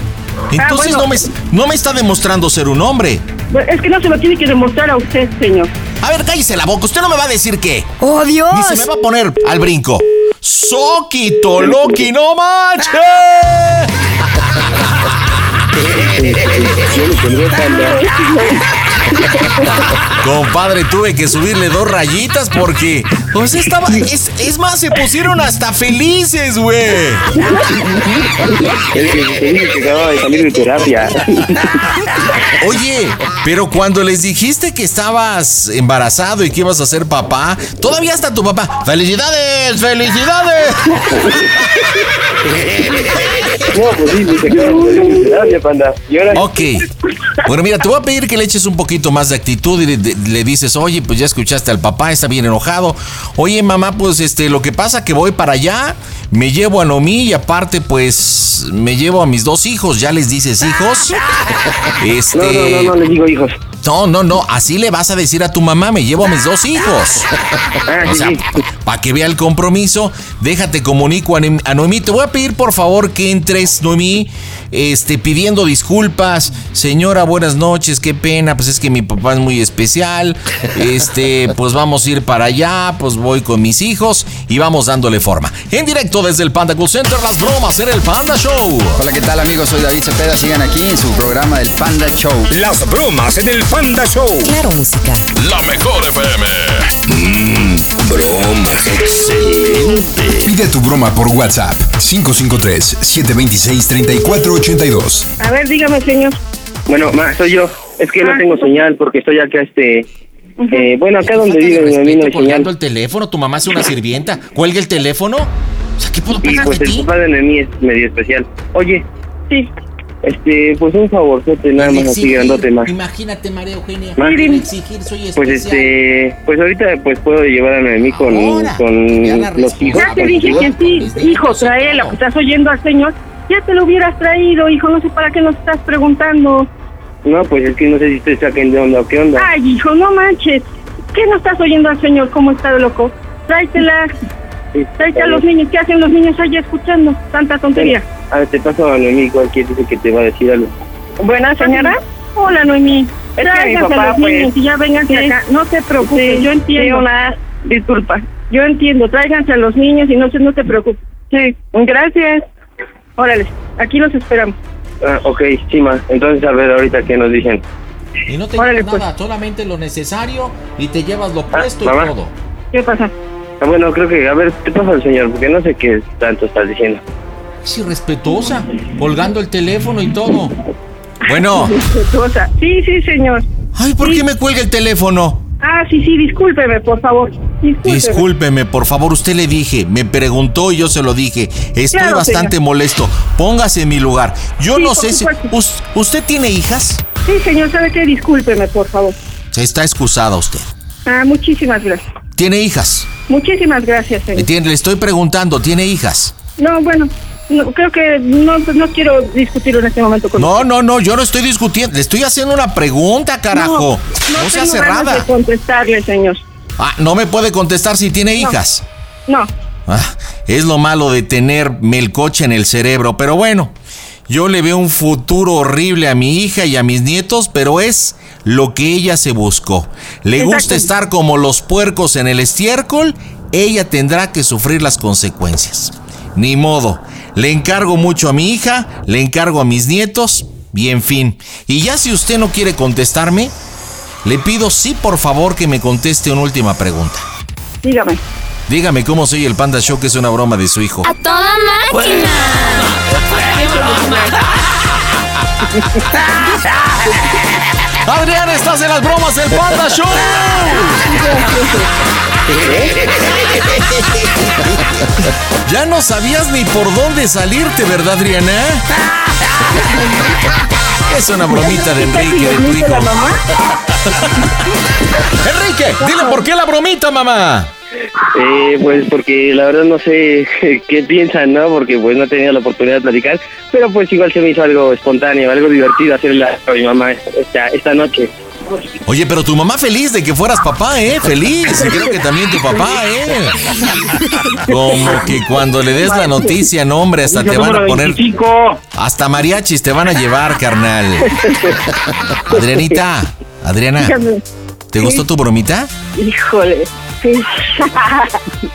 Entonces Ah, bueno. no, me, no me está demostrando ser un hombre. Bueno, Es que no se lo tiene que demostrar a usted, señor. A ver, cállese la boca, usted no me va a decir qué. ¡Oh, Dios! Ni se me va a poner al brinco. Soquito, Loki, no manches. Compadre, tuve que subirle dos rayitas porque. O sea, estaba. Es, es más, se pusieron hasta felices, güey. Es que te dije que acababa de salir de terapia. Oye, pero cuando les dijiste que estabas embarazado y que ibas a ser papá, todavía está tu papá. ¡Felicidades! ¡Felicidades! No, pues sí, dice que no podemos terapia, panda. Y ahora Ok. Bueno, mira, te voy a pedir que le eches un poquito más de actitud y le, de- le dices, oye, pues ya escuchaste al papá, está bien enojado. Oye, mamá, pues este, lo que pasa que voy para allá, me llevo a Nomi y aparte, pues me llevo a mis dos hijos. Ya les dices hijos. Este, No, no, no, no les digo hijos. No, no, no, así le vas a decir a tu mamá, me llevo a mis dos hijos. Ah, O sea, para que vea el compromiso, déjate comunico a, Nem- a Noemí. Te voy a pedir por favor que entres, Noemí, este, pidiendo disculpas. Señora, buenas noches, qué pena, pues es que mi papá es muy especial. Este, pues vamos a ir para allá, pues voy con mis hijos y vamos dándole forma. En directo desde el Panda Cool Center, las bromas en el Panda Show. Hola, ¿qué tal amigos? Soy David Cepeda. Sigan aquí en su programa del Panda Show. Las bromas en el Panda Show. Claro, música. La mejor FM. Broma. Excelente. Pide tu broma por WhatsApp 553-726-3482. A ver, dígame, señor. Ah. Bueno, ma, soy yo. Es que no tengo señal porque estoy acá, este... eh, bueno, acá donde vivo mi amigo no hay señal. Colgando el teléfono, tu mamá es una sirvienta. Cuelga el teléfono. O sea, ¿qué puedo Y pensar pues de el ti? papá de mí es medio especial. Oye. Sí. Este, pues un favorzote nada más así grandote más. Imagínate, María Eugenia. Ma. Quieren exigir, soy Pues este, pues ahorita pues puedo llevar a Noemí con, con los hijos. Ya te dije que sí, hijo, tráela. Estás oyendo al señor. Ya te lo hubieras traído, hijo. No sé para qué nos estás preguntando. No, pues es que no sé si te saquen de onda o qué onda. Ay, hijo, no manches. ¿Qué no estás oyendo al señor? ¿Cómo está de loco? Tráetela. Tráete a los niños. ¿Qué hacen los niños allá escuchando? Tanta tontería. A ver, ah, te paso a Noemí, cualquier dice que te va a decir algo. Buena señora. Hola, Noemí. Es que mi Tráiganse papá, a los niños pues, y ya vengan sí. acá. No te preocupes, Sí, yo entiendo. sí, una disculpa. Yo entiendo, tráiganse a los niños y no, se- no te preocupes. Sí, gracias. Órale, aquí los esperamos. Ah, ok, sí, ma. Entonces a ver ahorita qué nos dicen. Y no te llevas pues. nada, solamente lo necesario y te llevas lo puesto mamá. y todo. ¿Qué pasa? Ah, bueno, creo que, a ver, te paso al señor, porque no sé qué tanto estás diciendo. Es irrespetuosa, colgando el teléfono y todo. Bueno. Respetuosa. Sí, sí, señor. Ay, ¿por qué me cuelga el teléfono? Ah, sí, sí, discúlpeme, por favor. Discúlpeme. Discúlpeme, por favor, usted le dije, me preguntó y yo se lo dije. Estoy Claro, bastante señor. molesto. Póngase en mi lugar. Yo Sí, no por sé si supuesto. us- usted tiene hijas. Sí, señor, ¿sabe qué? Discúlpeme, por favor. Está excusada usted. Ah, muchísimas gracias. Tiene hijas. Muchísimas gracias, Le señor. tiene- le estoy preguntando, ¿tiene hijas? No, bueno, no, creo que no, no quiero discutirlo en este momento con No, no, no, yo no estoy discutiendo. Le estoy haciendo una pregunta, carajo. No, no sea tengo ganas de cerrada. contestarle, señor. Ah, no me puede contestar si tiene No. hijas. No, Ah, es lo malo de tenerme el coche en el cerebro, pero bueno, yo le veo un futuro horrible a mi hija y a mis nietos, pero es lo que ella se buscó. Le gusta Exacto. estar como los puercos en el estiércol, ella tendrá que sufrir las consecuencias. Ni modo, le encargo mucho a mi hija, le encargo a mis nietos y en fin. Y ya si usted no quiere contestarme, le pido sí por favor que me conteste una última pregunta. dígame. Dígame cómo soy el Panda Show, que es una broma de su hijo. A toda máquina. Pues. Adrián, estás en las bromas del Panda Show. Ya no sabías ni por dónde salirte, ¿verdad, Adriana? Es una bromita de Enrique, de tu hijo. Enrique, dile por qué la bromita, mamá. Eh, pues porque la verdad no sé qué piensan, ¿no? Porque pues no he tenido la oportunidad de platicar, pero pues igual se me hizo algo espontáneo, algo divertido hacerle a mi mamá esta, esta noche. Oye, pero tu mamá feliz de que fueras papá, ¿eh? Feliz. Y creo que también tu papá, ¿eh? Como que cuando le des la noticia, no, hombre, hasta te van a poner. Hasta mariachis te van a llevar, carnal. Adrianita, Adriana, Dígame. ¿te Sí. gustó tu bromita? Híjole. Sí.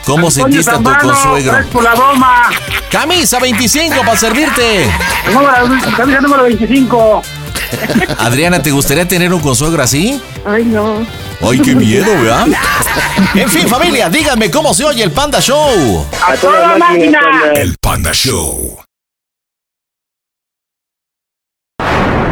¿Cómo sentiste a tu hermano, consuegro? gracias por la broma. Camisa 25 para servirte. Camisa número 25. Adriana, ¿te gustaría tener un consuegro así? Ay, no. Ay, qué miedo, ¿verdad? En fin, familia, díganme cómo se oye el Panda Show. A toda máquina, Panda. El Panda Show.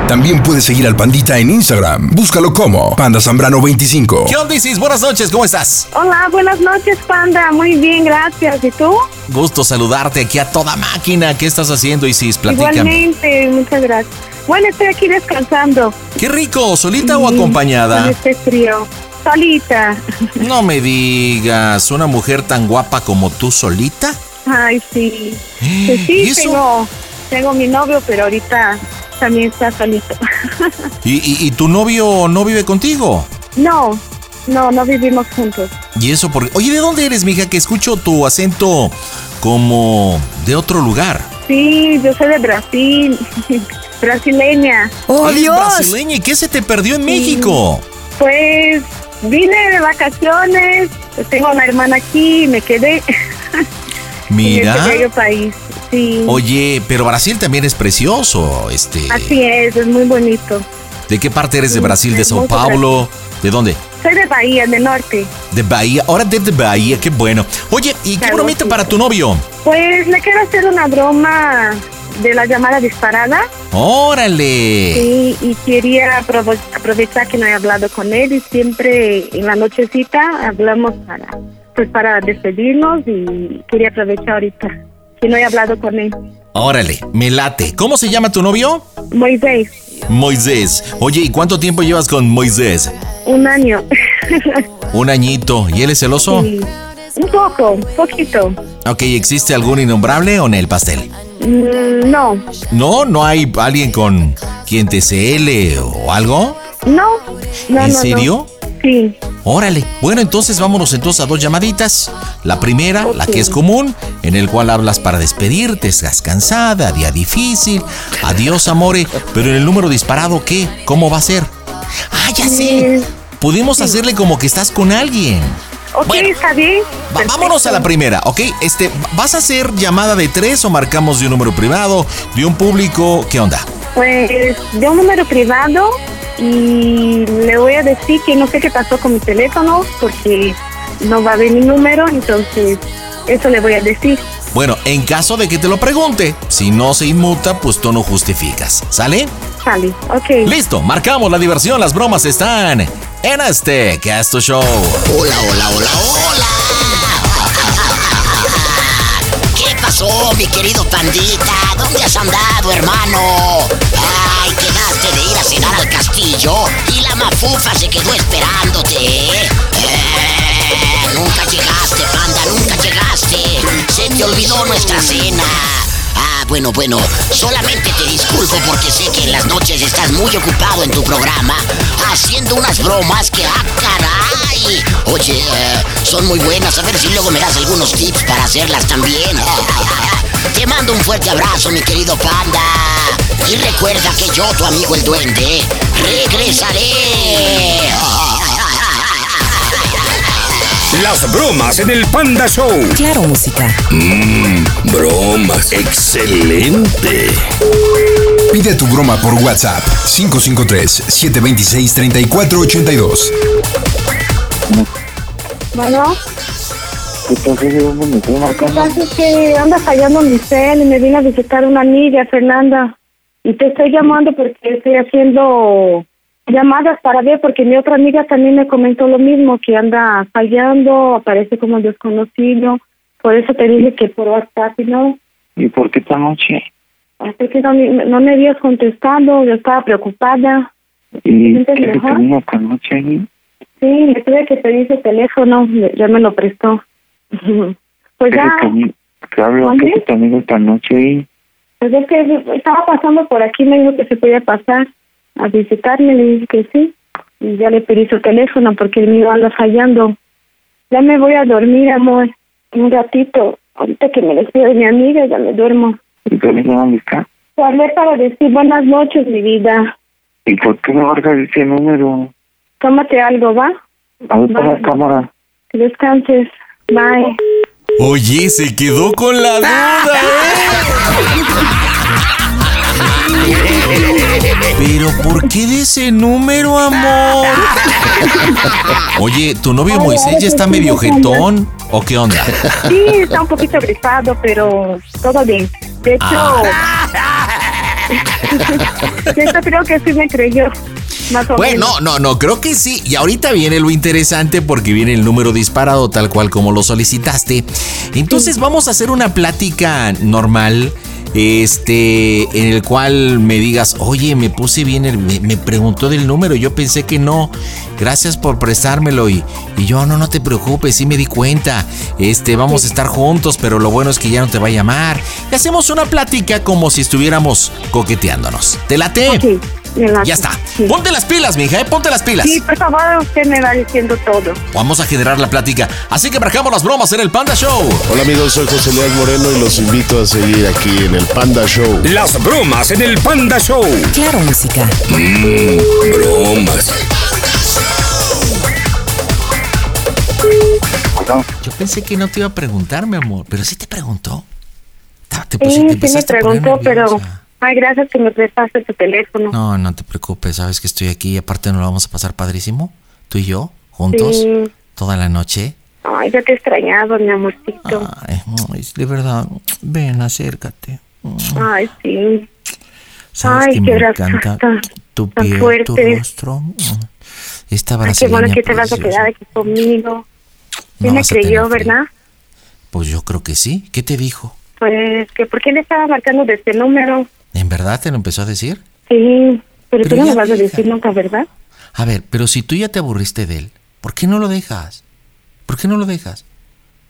También puedes seguir al Pandita en Instagram. Búscalo como Panda Zambrano 25. ¿Qué onda, Isis? Buenas noches, ¿cómo estás? Hola, buenas noches, Panda. Muy bien, gracias. ¿Y tú? Gusto saludarte aquí a toda máquina. ¿Qué estás haciendo, Isis? Platícame. Igualmente, muchas gracias. Bueno, estoy aquí descansando. Qué rico, ¿solita o Sí, Con acompañada? este frío. Solita. No me digas, ¿una mujer tan guapa como tú solita? Ay, sí. Pues sí, tengo, tengo mi novio, pero ahorita también está solito. ¿Y, y- y tu novio no vive contigo? No, no, no vivimos juntos. ¿Y eso por Oye, ¿de dónde eres, mija? Que escucho tu acento como de otro lugar. Sí, yo soy de Brasil, brasileña. Oh, Eres brasileña, ¿y qué se te perdió en México? Pues vine de vacaciones, pues tengo una hermana aquí, me quedé en Mira. este bello país. Sí, Oye, pero Brasil también es precioso. Este, así es, es muy bonito. ¿de qué parte eres de Brasil? ¿De Sao hermoso Paulo? ¿De dónde? Soy de Bahía, del norte. De Bahía. Ahora desde Bahía, qué bueno. Oye, ¿y qué bromita para tu novio? Pues le quiero hacer una broma de la llamada disparada Órale. sí, y quería aprove- aprovechar que no he hablado con él y siempre en la nochecita hablamos para pues para despedirnos y quería aprovechar ahorita que no he hablado con él. Órale, me late. ¿Cómo se llama tu novio? Moisés, Moisés. Oye, ¿y cuánto tiempo llevas con Moisés? un año. Un añito. ¿Y él es celoso? Sí. Un poco, poquito. Ok, ¿existe algún innombrable o en el pastel? Mm, No, No, no hay alguien con quien te cele o algo. no. no ¿En no, no. serio? Sí. Órale. Bueno, entonces vámonos entonces a dos llamaditas. La primera, la que es común, en el cual hablas para despedirte, estás cansada, día difícil, adiós amore, pero en el número disparado, ¿qué? ¿Cómo va a ser? Ah, ya sé. Pudimos hacerle como que estás con alguien. Ok, está bien. Va- vámonos a la primera, ¿ok? Este, ¿vas a hacer llamada de tres o marcamos de un número privado, de un público? ¿Qué onda? Pues de un número privado y le voy a decir que no sé qué pasó con mi teléfono porque no va a ver mi número, entonces eso le voy a decir. Bueno, en caso de que te lo pregunte, si no se inmuta, pues tú no justificas, ¿sale? Sale, ok. Listo, marcamos la diversión, las bromas están en este Casto Show. Hola, hola, hola, ¿Qué pasó, mi querido pandita? ¿Dónde has andado, hermano? Ay, quedaste de ir a cenar al castillo y la mafufa se quedó esperándote. Eh, nunca llegaste, panda, nunca llegaste. Se te olvidó nuestra cena. Ah, bueno, bueno, solamente te disculpo porque sé que en las noches estás muy ocupado en tu programa haciendo unas bromas que, ah, caray. Oye, eh, son muy buenas. A ver si luego me das algunos tips para hacerlas también. Te mando un fuerte abrazo, mi querido panda. Y recuerda que yo, tu amigo el duende, regresaré. Las bromas en el Panda Show. Claro, música. Mmm, bromas. Excelente. Pide tu broma por WhatsApp 553-726-3482. Bueno, Entonces, yo me tengo lo que pasa es que anda fallando mi cel y me vino a visitar una amiga, Fernanda, y te estoy llamando porque estoy haciendo llamadas para ver porque mi otra amiga también me comentó lo mismo, que anda fallando, aparece como desconocido, por eso te dije que por WhatsApp, ¿no? ¿Y por qué esta noche? Así que no, me- no me habías contestado, yo estaba preocupada. ¿Y ¿Sientes qué se mejor? termina esta noche ahí? Sí, le tuve que pedir su teléfono, le- ya me lo prestó. Pues ¿Qué se ya, termina? Claro, ¿qué se termina esta noche ahí? pues es que estaba pasando por aquí, me dijo que se podía pasar a visitarme, le dije que sí. Y ya le pedí su teléfono porque el mío anda fallando. Ya me voy a dormir, amor, un ratito. Ahorita que me despido de mi amiga, ya me duermo. ¿Y por qué no está? Te hablé para decir buenas noches, mi vida. ¿Y por qué no marcas ese número? Tómate algo, ¿va? A ver, para la Vale. cámara. Que descanses. Bye. Oye, se quedó con la duda, ¿eh? Pero ¿por qué de ese número, amor? Oye, ¿tu novio Ay, Moisés ahora ya está sí, medio sí, sí, sí. jetón? ¿O qué onda? Sí, está un poquito gripado, pero todo bien. De hecho, Yo creo que sí me creyó. Más o menos. Bueno, no, no, no, creo que sí. Y ahorita viene lo interesante porque viene el número disparado tal cual como lo solicitaste. Entonces vamos a hacer una plática normal. Este, en el cual me digas, oye, me puse bien, el- me, me preguntó del número, yo pensé que no, gracias por prestármelo y, y yo, no, no te preocupes, sí me di cuenta, este, vamos a estar juntos, pero lo bueno es que ya no te va a llamar. Y hacemos una plática como si estuviéramos coqueteándonos. ¿Te late? Me la- Ya está. Ponte las pilas, mija, ¿eh? ponte las pilas. Sí, por favor, usted me va diciendo todo. Vamos a generar la plática. Así que marcamos las bromas en el Panda Show. Hola amigos, soy José Luis Moreno y los invito a seguir aquí en el Panda Show. Las bromas en el Panda Show. Claro, música. Mm, bromas. Yo pensé que no te iba a preguntar, mi amor, pero sí te preguntó. Sí, sí me Ah, empezaste a poner preguntó, pero... Ay, gracias que me prestaste tu teléfono. No, no te preocupes, sabes que estoy aquí y aparte nos lo vamos a pasar padrísimo, tú y yo, juntos, Sí. toda la noche. Ay, ya te he extrañado, mi amorcito. Ay, ay, de verdad, ven, acércate. Ay, sí. Sabes Ay, que qué me abrazo encanta tan- tu tan piel, tu fuerte. rostro. Esta Ay, qué brasileña pues, bueno que te vas a preciosa. quedar aquí conmigo. Sí No me vas a tener frío. creyó, ¿verdad? Pues yo creo que sí. ¿Qué te dijo? Pues que por qué le estaba marcando de este número. ¿En verdad te lo empezó a decir? Sí, pero, Pero tú no ya me vas a decir nunca, ¿verdad? A ver, pero si tú ya te aburriste de él, ¿por qué no lo dejas? ¿Por qué no lo dejas?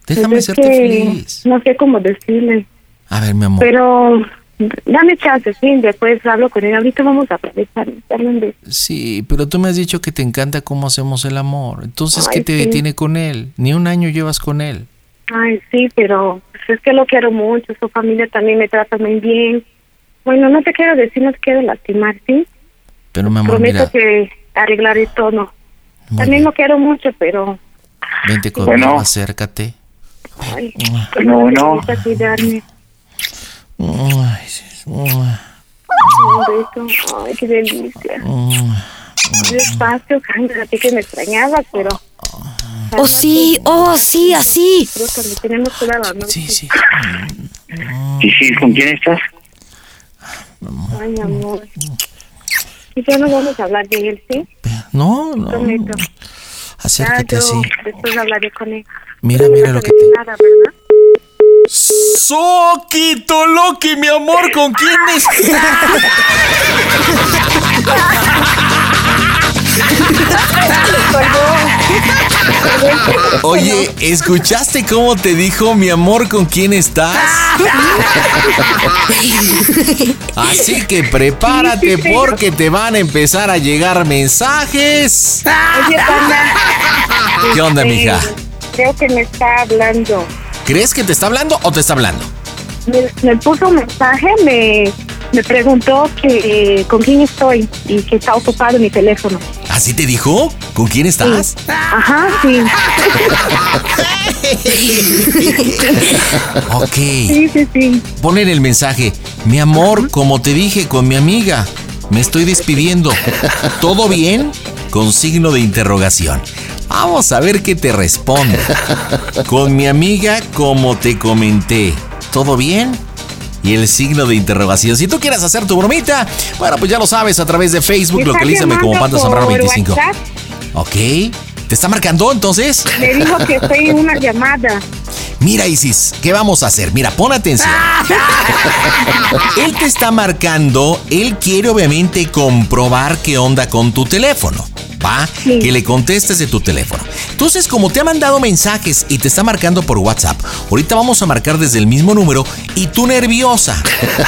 Déjame Pues es hacerte que feliz. No sé cómo decirle, A ver, mi amor. pero dame chance, sí, después hablo con él. Ahorita vamos a aprovechar, darle un beso. Sí, pero tú me has dicho que te encanta cómo hacemos el amor. Entonces, ¿qué Ay, te sí. detiene con él? Ni un año llevas con él. Ay, sí, pero pues, es que lo quiero mucho, su familia también me trata muy bien. Bueno, no te quiero decir, no te quiero lastimar, ¿sí? Pero, mi amor, Prometo mira, que arreglaré todo. También lo quiero mucho, pero... vente conmigo, Bueno. acércate. Ay, No, me no. gusta cuidarme. Ay, sí, ay, Un beso. Ay, qué delicia. ay. Despacio, Cándida, a ti que me extrañabas, pero... Oh, sí, oh, sí, así. Creo que lo tenemos toda la noche. Sí, sí. Sí, sí, ¿con quién estás? Ay, mi amor. Y ya no vamos a hablar de él, ¿sí? No, no. Prometo. Acércate Ya, así. yo Después hablaré con él. Mira, mira lo que te... Nada, ¿verdad? ¡Soquito Loki, mi amor! ¿Con quién estás? Oye, ¿escuchaste cómo te dijo mi amor con quién estás? Así que prepárate porque te van a empezar a llegar mensajes. Oye, Panda. ¿Qué onda, Eh, mija? Creo que me está hablando. ¿Crees que te está hablando o te está hablando? Me, me puso un mensaje, me, me preguntó que eh, con quién estoy y que está ocupado mi teléfono. ¿Así te dijo? ¿Con quién estás? Ajá, sí. Ok. Sí, sí, sí. Ponen el mensaje. Mi amor, como te dije con mi amiga, me estoy despidiendo. ¿Todo bien? Con signo de interrogación. Vamos a ver qué te responde. Con mi amiga, como te comenté. ¿Todo bien? Y el signo de interrogación. Si tú quieres hacer tu bromita, bueno, pues ya lo sabes a través de Facebook, Me está localízame como Panda llamando Zambrano por 25. WhatsApp. Ok. ¿Te está marcando entonces? Me dijo que estoy en una llamada. Mira, Isis, ¿qué vamos a hacer? Mira, pon atención. él te está marcando, él quiere obviamente comprobar qué onda con tu teléfono. Va, que le contestes de tu teléfono. Entonces, como te ha mandado mensajes y te está marcando por WhatsApp, ahorita vamos a marcar desde el mismo número y tú nerviosa.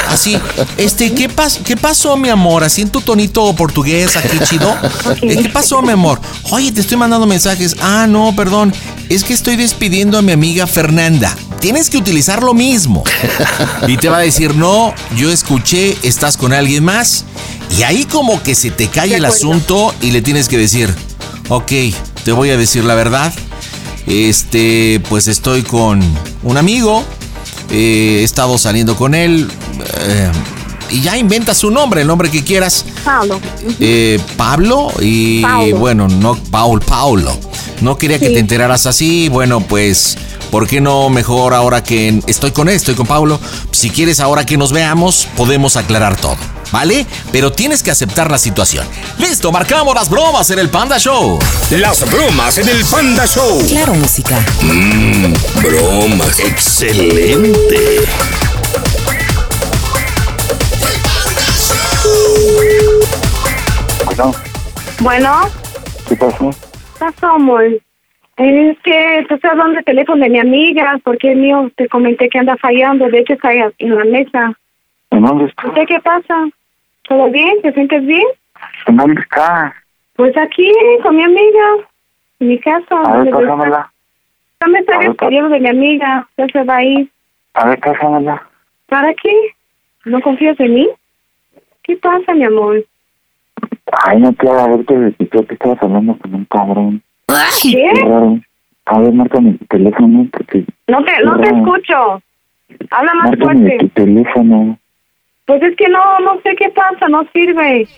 Así, este, ¿qué, pas ¿qué pasó, mi amor? Así en tu tonito portugués aquí chido. Eh, ¿Qué pasó, mi amor? Oye, te estoy mandando mensajes. Ah, no, perdón. Es que estoy despidiendo a mi amiga Fernanda. Tienes que utilizar lo mismo. Y te va a decir, no, yo escuché, estás con alguien más. Y ahí como que se te cae el asunto y le tienes que decir, ok, te voy a decir la verdad. Este, pues estoy con un amigo. eh, he estado saliendo con él. eh, y ya inventa su nombre, el nombre que quieras. Pablo. Eh, Pablo y Paulo. bueno, no Paul, Paulo. No quería que Sí. te enteraras así, bueno, pues ¿por qué no mejor ahora que estoy con él, estoy con Paulo? Si quieres ahora que nos veamos, podemos aclarar todo. ¿vale? Pero tienes que aceptar la situación. Listo, marcamos las bromas en el Panda Show. Las bromas en el Panda Show. Claro, música. Mmm, bromas. Excelente. Bueno, Bueno, ¿qué pasó? ¿qué pasó, amor? Es que te estoy hablando del teléfono de mi amiga, porque el mío te comenté que anda fallando, de hecho está ahí en la mesa. ¿En dónde está? ¿Usted qué pasa? ¿Todo bien? ¿Te sientes bien? ¿En dónde está? Pues aquí, con mi amiga, en mi casa. Ah, A donde ver, pues, voy a estar. pásamela. No me A traigas ver, pa- el teléfono de mi amiga, ya se va a ir. A ver, pásamela. ¿Para qué? ¿No confías en mí? ¿Qué pasa, mi amor? Ay, no te hagas ver que le quitó que estabas hablando con un cabrón. ¿Qué? Qué raro. A ver, márcame tu teléfono porque... No te, no te Mira, escucho. Habla más Márcame tu fuerte. teléfono. Pues es que no, no sé qué pasa, no sirve.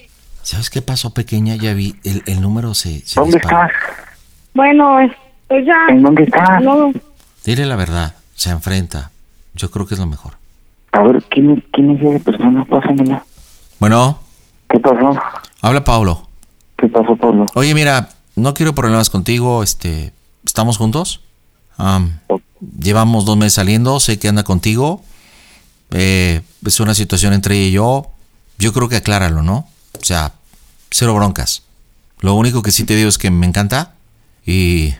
¿Sabes qué pasó, pequeña? Ya vi, el, el número se, se ¿Dónde disparó. Bueno, es- pues ya. ¿En dónde estás? No, Dile la verdad, se enfrenta. Yo creo que es lo mejor. A ver, ¿quién, es- quién es esa persona? Pásamela. Bueno, ¿Qué pasó? habla Pablo. ¿Qué pasó, Pablo? Oye, mira, no quiero problemas contigo, este, ¿estamos juntos? Am, llevamos dos meses saliendo, sé que anda contigo. Eh, es una situación entre ella y yo. Yo creo que acláralo, ¿no? O sea, cero broncas. Lo único que sí te digo es que me encanta y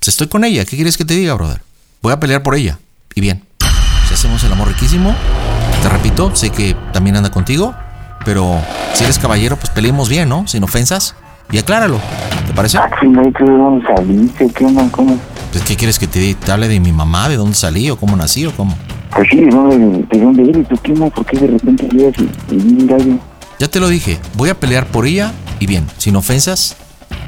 pues, estoy con ella. ¿Qué quieres que te diga, brother? Voy a pelear por ella. Y bien, si hacemos el amor riquísimo, te repito, sé que también anda contigo, pero si eres caballero, pues peleemos bien, ¿no? Sin ofensas. Y acláralo, ¿te parece? Ah, chingada, ¿y tú de dónde saliste? ¿Qué onda? ¿Cómo? Pues, ¿qué quieres que te, di- te hable de mi mamá, de dónde salí o cómo nací o cómo? Pues sí, ¿de dónde, de dónde eres? ¿Tú qué onda? ¿Por qué de repente llegas y, y un gallo? Ya te lo dije, voy a pelear por ella y bien, sin ofensas,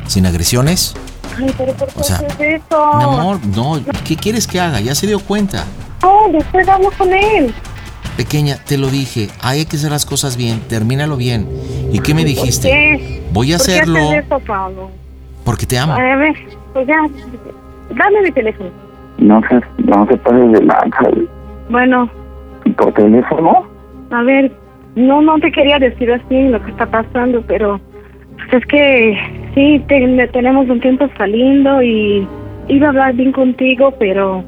sin agresiones. Ay, pero ¿por qué O sea, haces eso? Mi amor, no, ¿qué quieres que haga? Ya se dio cuenta. No, después hablo con él. Pequeña, te lo dije, hay que hacer las cosas bien, termínalo bien. ¿Y qué me dijiste? ¿Qué? Voy a ¿Por qué hacerlo Ah. haces eso, Pablo? porque te amo. Ay, A ver, pues ya. Dame mi teléfono. No se, no se pases de lanza, güey. Bueno, ¿Y por teléfono? a ver, no, no te quería decir así lo que está pasando, pero pues es que sí, te- tenemos un tiempo saliendo y iba a hablar bien contigo, pero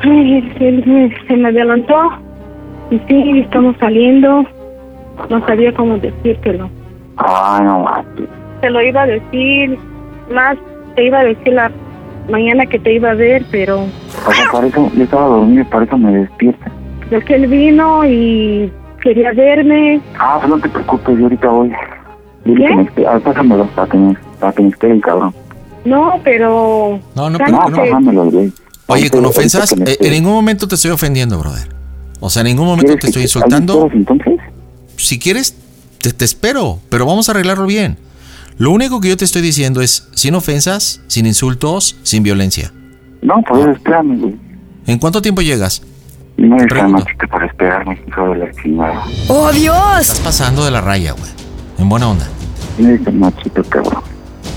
ay, se, me- se me adelantó. Y sí, estamos saliendo. No sabía cómo decírtelo. Ay, no mames. Te lo iba a decir, más te iba a decir la mañana que te iba a ver, pero O sea, para eso, yo estaba dormido y para eso me despierta. es que él vino y quería verme. Ah, pues no te preocupes, yo ahorita voy. Dile ¿Qué? que me espere. Ah, pásamelo para que me, para que me espere el cabrón. No, pero... No, no, Tanto pero No, no. que- pásamelo, güey. Oye, Ahorita- con ahorita este ofensas, que me eh, en espere. ningún momento te estoy ofendiendo, brother. O sea, en ningún momento te estoy insultando. entonces? Si quieres, te, te espero, pero vamos a arreglarlo bien. Lo único que yo te estoy diciendo es sin ofensas, sin insultos, sin violencia. Ah. No, pues espérame, güey. ¿En cuánto tiempo llegas? No es tan Pregunto. machito para esperarme, hijo de la chingada. ¡Oh, Dios! Estás pasando de la raya, güey. En buena onda. No es tan machito, cabrón.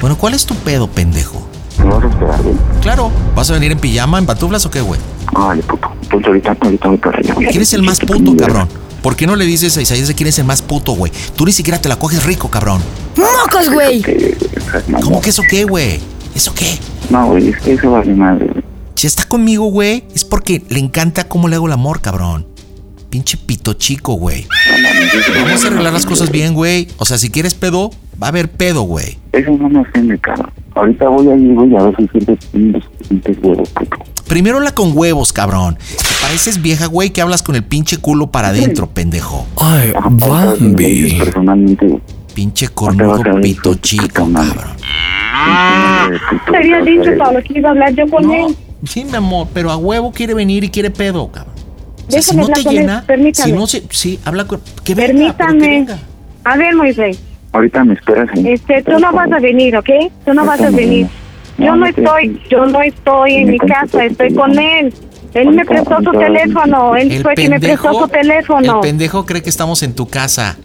Bueno, ¿cuál es tu pedo, pendejo? ¿Me vas a esperar, ¿eh? güey? Claro, ¿vas a venir en pijama, en patuflas o qué, güey? Vale, puto. Entonces ahorita, ahorita voy para allá. güey. ¿Quién es el más puto, cabrón? ¿Por qué no le dices a Isaías de quién es el más puto, güey? Tú ni siquiera te la coges rico, cabrón. ¡Mocos, güey! ¿Cómo que eso qué, güey? ¿Eso qué? No, güey, es que eso vale madre, güey. Si está conmigo, güey, es porque le encanta cómo le hago el amor, cabrón. Pinche pito chico, güey. Vamos a arreglar las cosas bien, güey. O sea, si quieres pedo, va a haber pedo, güey. Eso no me ofende, cabrón. Ahorita voy ahí, güey, a ver si sientes pinches pinches huevos, puto. Primero la con huevos, cabrón. Te pareces vieja, güey, que hablas con el pinche culo para adentro, pendejo. Ay, Bambi. Personalmente, güey. Pinche No cornudo te vas a ver, pito chico, madre. cabrón. Te había dicho, Pablo, que iba a hablar yo con él. Sí, mi amor, pero a huevo quiere venir y quiere pedo, cabrón. O sea, si Déjame no hablar te con llena, él, permítame. si no se, sí, habla con, que venga, pero que Permítame. venga. A ver, Moisés, Ahorita me esperas. ¿eh? este, tú no vas a venir, ¿ok? Tú no vas a venir. Yo no estoy, yo no estoy en mi casa, estoy con él. Él me prestó su teléfono, él El fue quien me prestó su teléfono. El pendejo cree que estamos en tu casa.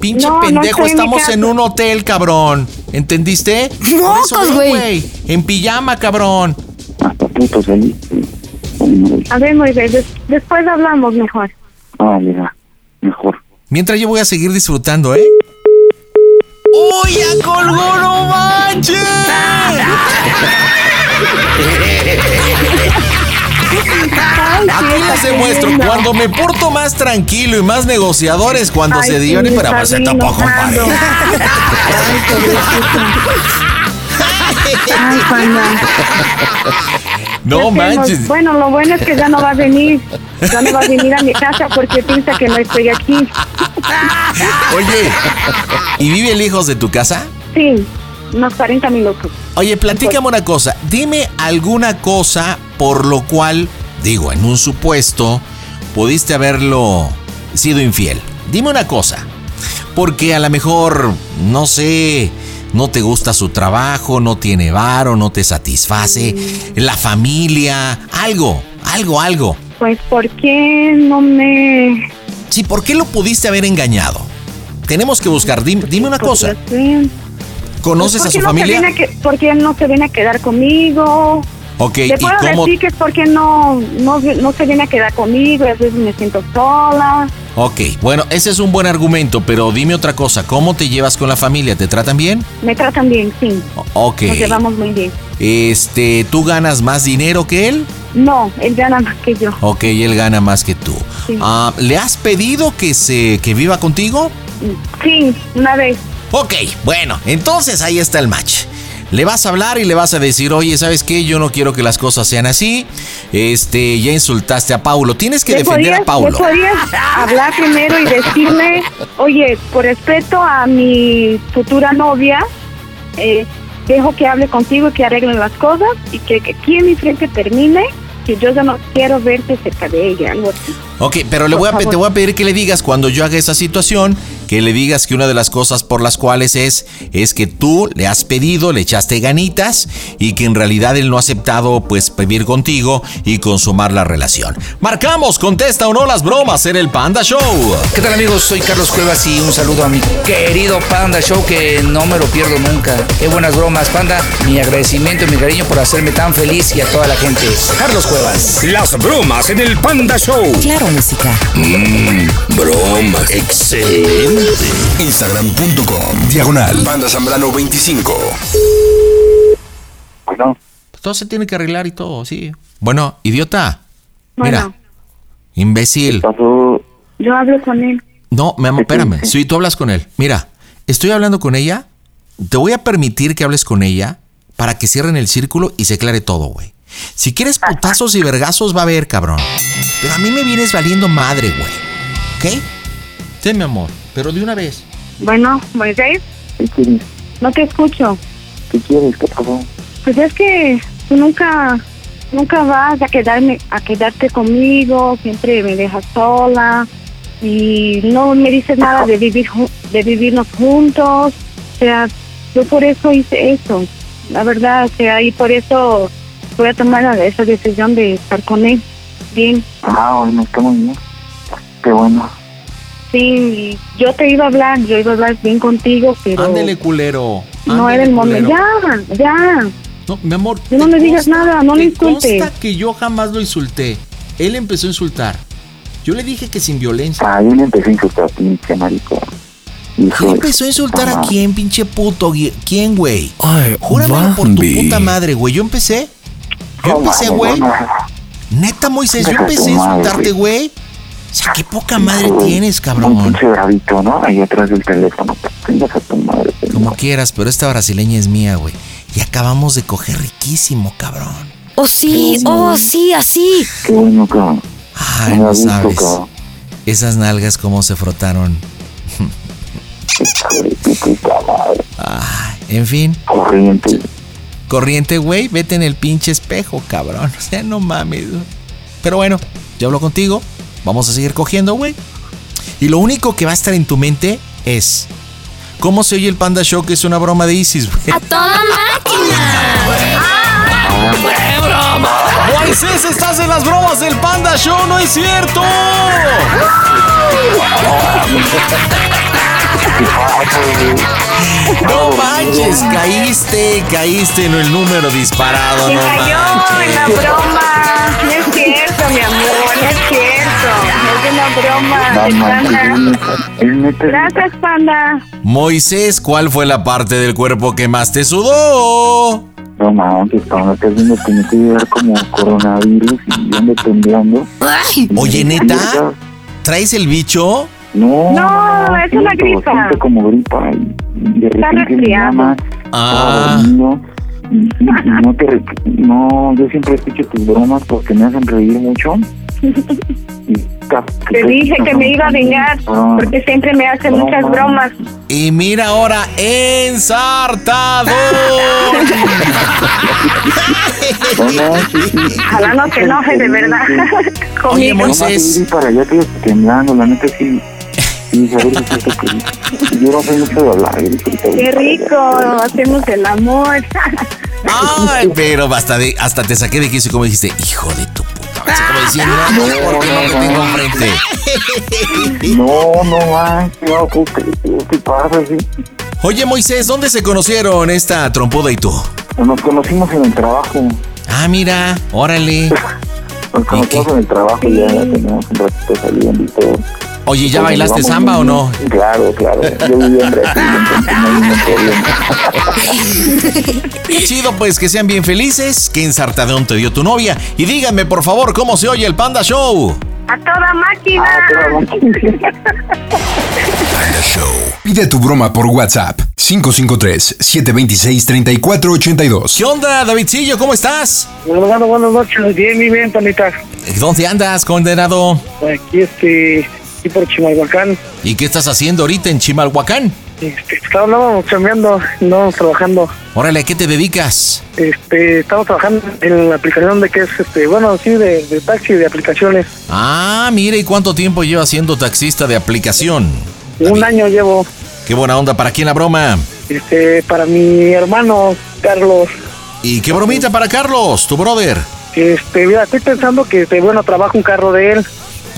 Pinche No, no pendejo, estoy en mi estamos casa. en un hotel, cabrón. ¿Entendiste? Por eso ¡Mocos, veo, güey! En pijama, cabrón. Hasta putos, güey. Bueno, güey. A ver, Moisés, des- después hablamos mejor. Vale, va. Mejor. Mientras yo voy a seguir disfrutando, ¿eh? ¡Uy, ya colgó, no manches! Aquí les demuestro, cuando me porto más tranquilo y más negociador es cuando Ay, se sí, divierten, me pero está pues se tapó, compadre. Ay, panda. No ¿Qué hacemos? manches. Bueno, lo bueno es que ya no va a venir. Ya no va a venir a mi casa porque piensa que no estoy aquí. Oye, ¿y vive lejos de tu casa? Sí, unos 40 minutos. Oye, platícame una cosa. Dime alguna cosa por lo cual, digo, en un supuesto, pudiste haberlo sido infiel. Dime una cosa. Porque a lo mejor, no sé, no te gusta su trabajo, no tiene varo, no te satisface, Mm. la familia, algo, algo, algo. Pues, ¿por qué no me...? Sí, ¿por qué lo pudiste haber engañado? Tenemos que buscar, dime, dime una cosa. Sí. ¿Conoces Pues, a ¿por qué su no se familia? viene a que- ¿Por qué no se viene a quedar conmigo? Ok, Le ¿y puedo cómo? decir que es porque no, no, no se viene a quedar conmigo, a veces me siento sola. Ok, bueno, ese es un buen argumento, pero dime otra cosa, ¿cómo te llevas con la familia? ¿Te tratan bien? Me tratan bien, sí. Ok. Nos llevamos muy bien. Este, ¿tú ganas más dinero que él? No, él gana más que yo. Ok, él gana más que tú. Sí. Ah, ¿Le has pedido que se que viva contigo? Sí, una vez. Ok, bueno, entonces ahí está el match. Le vas a hablar y le vas a decir, oye, ¿sabes qué? Yo no quiero que las cosas sean así. Este, ya insultaste a Paulo. Tienes que ¿Le defender podías- a Paulo. le podías hablar primero y decirme, oye, por respeto a mi futura novia, eh, dejo que hable contigo y que arreglen las cosas y que, que aquí en mi frente termine que yo ya no quiero verte cerca de ella, algo así. Ok, pero le voy a, Por pe- favor. te voy a pedir que le digas cuando yo haga esa situación, que le digas que una de las cosas por las cuales es, es que tú le has pedido, le echaste ganitas y que en realidad él no ha aceptado pues vivir contigo y consumar la relación. Marcamos, contesta o no las bromas en el Panda Show. ¿Qué tal amigos? Soy Carlos Cuevas y un saludo a mi querido Panda Show que no me lo pierdo nunca. Qué buenas bromas, Panda. Mi agradecimiento y mi cariño por hacerme tan feliz y a toda la gente. Carlos Cuevas. Las bromas en el Panda Show. Claro, música. Mm, bromas. Excelente. Instagram.com. Diagonal. Banda Zambrano 25. Todo se tiene que arreglar y todo, sí. Bueno, idiota. Mira, Bueno, imbécil. yo hablo con él. No, mi amor, espérame. Si tú hablas con él. Mira, estoy hablando con ella. Te voy a permitir que hables con ella para que cierren el círculo y se aclare todo, güey. Si quieres putazos y vergazos, va a haber, cabrón. Pero a mí me vienes valiendo madre, güey. ¿Ok? Sí, mi amor, pero de una vez. Bueno, Moisés, ¿Qué quieres? no te escucho. ¿Qué quieres? ¿Qué pasó? Pues es que tú nunca, nunca vas a quedarme, a quedarte conmigo, siempre me dejas sola y no me dices nada de vivir, ju- de vivirnos juntos. O sea, yo por eso hice eso, la verdad, o sea, y por eso voy a tomar esa decisión de estar con él. Bien, Ah, bueno, está muy bien. Qué bueno. sí, yo te iba a hablar, yo iba a hablar bien contigo, pero Ándele, culero. no era el momento. culero. Ya, ya. No, mi amor. No te le digas consta- nada, no te le insultes. consta que yo jamás lo insulté. Él empezó a insultar. Yo le dije que sin violencia. Ah, yo le empecé a insultar, pinche maricón. ¿Quién empezó a insultar a quién, pinche puto? gui- ¿Quién, güey? Júramelo por tu Bambi. puta madre, güey. Yo empecé. Yo empecé, güey. Neta, Moisés, yo Deja empecé a tu madre, insultarte, güey. O sea, qué poca madre tienes, cabrón. Un pinche bravito, ¿no? Ahí atrás del teléfono. Vengas a tu madre. Como quieras, pero esta brasileña es mía, güey. Y acabamos de coger riquísimo, cabrón. Oh, sí, oh, sí, así. Qué bueno, cabrón. Ay, Me no da gusto, sabes. cabrón. Esas nalgas cómo se frotaron. Ay, en fin. Corriente. Corriente, güey, vete en el pinche espejo, cabrón. O sea, no mames. güey. Pero bueno, yo hablo contigo. Vamos a seguir cogiendo, güey. Y lo único que va a estar en tu mente es... ¿Cómo se oye el Panda Show que es una broma de Isis, güey? ¡A toda máquina! Moisés, estás en las bromas del Panda Show, no es cierto. No manches, caíste, caíste en el número disparado, no cayó manches. en la broma. No es cierto, mi amor, no es cierto. Es una broma. de Panda. Gracias, Panda. Moisés, ¿cuál fue la parte del cuerpo que más te sudó? No mames, cuando estás viendo que me quiero llevar como coronavirus y yo ando temblando. Oye, neta, ¿traes el bicho? No, No, es una siento, gripa. siento como gripa y y de Está repente mi resfriado. mamá Ah. no, no, te, re- no, yo siempre escucho tus bromas porque me hacen reír mucho. Y cap- Te dije que me iba a vengar Ah. porque siempre me hacen No, muchas man. bromas. Y mira ahora, ensartado. Ojalá no te enojes de verdad. Oye, pues, Conmigo. Moisés. No, más para allá te estoy temblando, la neta sí. Sí, a ver, yo siento que yo no soy mucho de hablar. y dije, ahorita voy Qué para allá. rico, hacemos el amor. Ay, pero hasta, de, hasta te saqué de quicio como dijiste, hijo de tu puta. Así como diciendo, "Ah, ¿por qué no te tengo enfrente? No, no manches, no, ¿qué, qué, qué pasa? Sí? Oye, Moisés, ¿dónde se conocieron esta trompuda y tú? Pues Nos conocimos en el trabajo. Ah, mira, órale. Nos conocimos en el trabajo y ya teníamos un ratito saliendo y todo. Oye, ¿ya bailaste vamos samba o muy no? bien. Claro, claro. Yo vivía en Brasil, entonces no hay ningún problema. Qué chido, pues que sean bien felices. Qué ensartadón te dio tu novia. Y díganme, por favor, cómo se oye el Panda Show. A toda máquina. Ah, Pide tu broma por WhatsApp 553-726-3482. ¿Qué onda, Davidcillo? ¿Cómo estás? Bueno, buenas noches, bien, muy bien, Panita. Eh, ¿Dónde andas, condenado? Aquí, este, aquí por Chimalhuacán. ¿Y qué estás haciendo ahorita en Chimalhuacán? Este, estábamos cambiando, andábamos trabajando. Órale, ¿a qué te dedicas? Este, estamos trabajando en la aplicación de que es, este, bueno, sí, de, de taxi, de aplicaciones. Ah, mira, ¿y cuánto tiempo llevas siendo taxista de aplicación? Un año llevo, Qué buena onda, ¿para quién la broma? este, para mi hermano, Carlos. ¿Y qué bromita para Carlos, tu brother? Este, mira, estoy pensando que, este, bueno, trabajo un carro de él.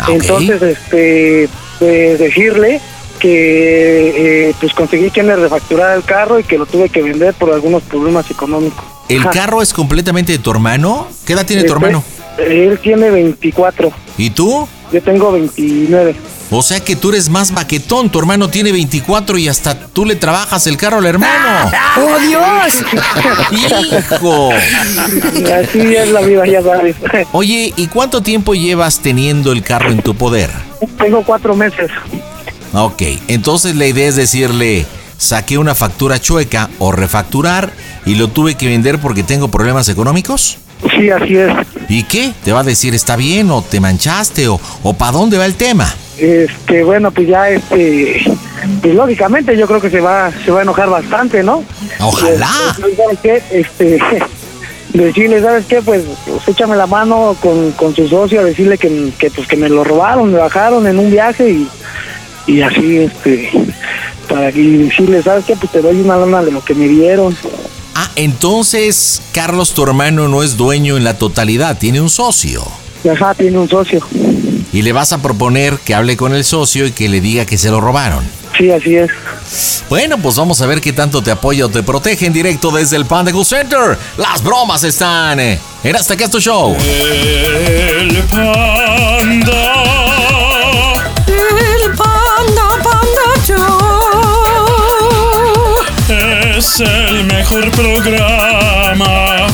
ok. Entonces, este, pues decirle que, eh, pues conseguí que me refacturara el carro y que lo tuve que vender por algunos problemas económicos. ¿El Ajá. carro es completamente de tu hermano? ¿Qué edad tiene tu Este, hermano? Él tiene 24. ¿Y tú? Yo tengo 29. O sea que tú eres más baquetón, tu hermano tiene 24 y hasta tú le trabajas el carro al hermano. ¡Oh, Dios! ¡Hijo! Así es la vida, ya sabes. Oye, ¿y cuánto tiempo llevas teniendo el carro en tu poder? Tengo cuatro meses. Ok, entonces la idea es decirle, saqué una factura chueca o refacturar y lo tuve que vender porque tengo problemas económicos. Sí, así es. ¿Y qué? ¿Te va a decir está bien o te manchaste o, o para dónde va el tema? Este, bueno, pues ya, este, pues lógicamente yo creo que se va, se va a enojar bastante, ¿no? Ojalá. Pues, ¿sabes qué? Este, decirle, ¿sabes qué? Pues, pues, échame la mano con, con su socio, decirle que, que, pues, que me lo robaron, me bajaron en un viaje y, y así, este, para y decirle, ¿sabes qué? Pues te doy una lana de lo que me dieron. Ah, entonces Carlos, tu hermano, no es dueño en la totalidad, tiene un socio. Ajá, tiene un socio. Y le vas a proponer que hable con el socio y que le diga que se lo robaron. Sí, así es. Bueno, pues vamos a ver qué tanto te apoya o te protege en directo desde el Panda Cool Center. Las bromas están eh, en Hasta Acá es tu show. El panda. El panda, panda show. Es el mejor programa.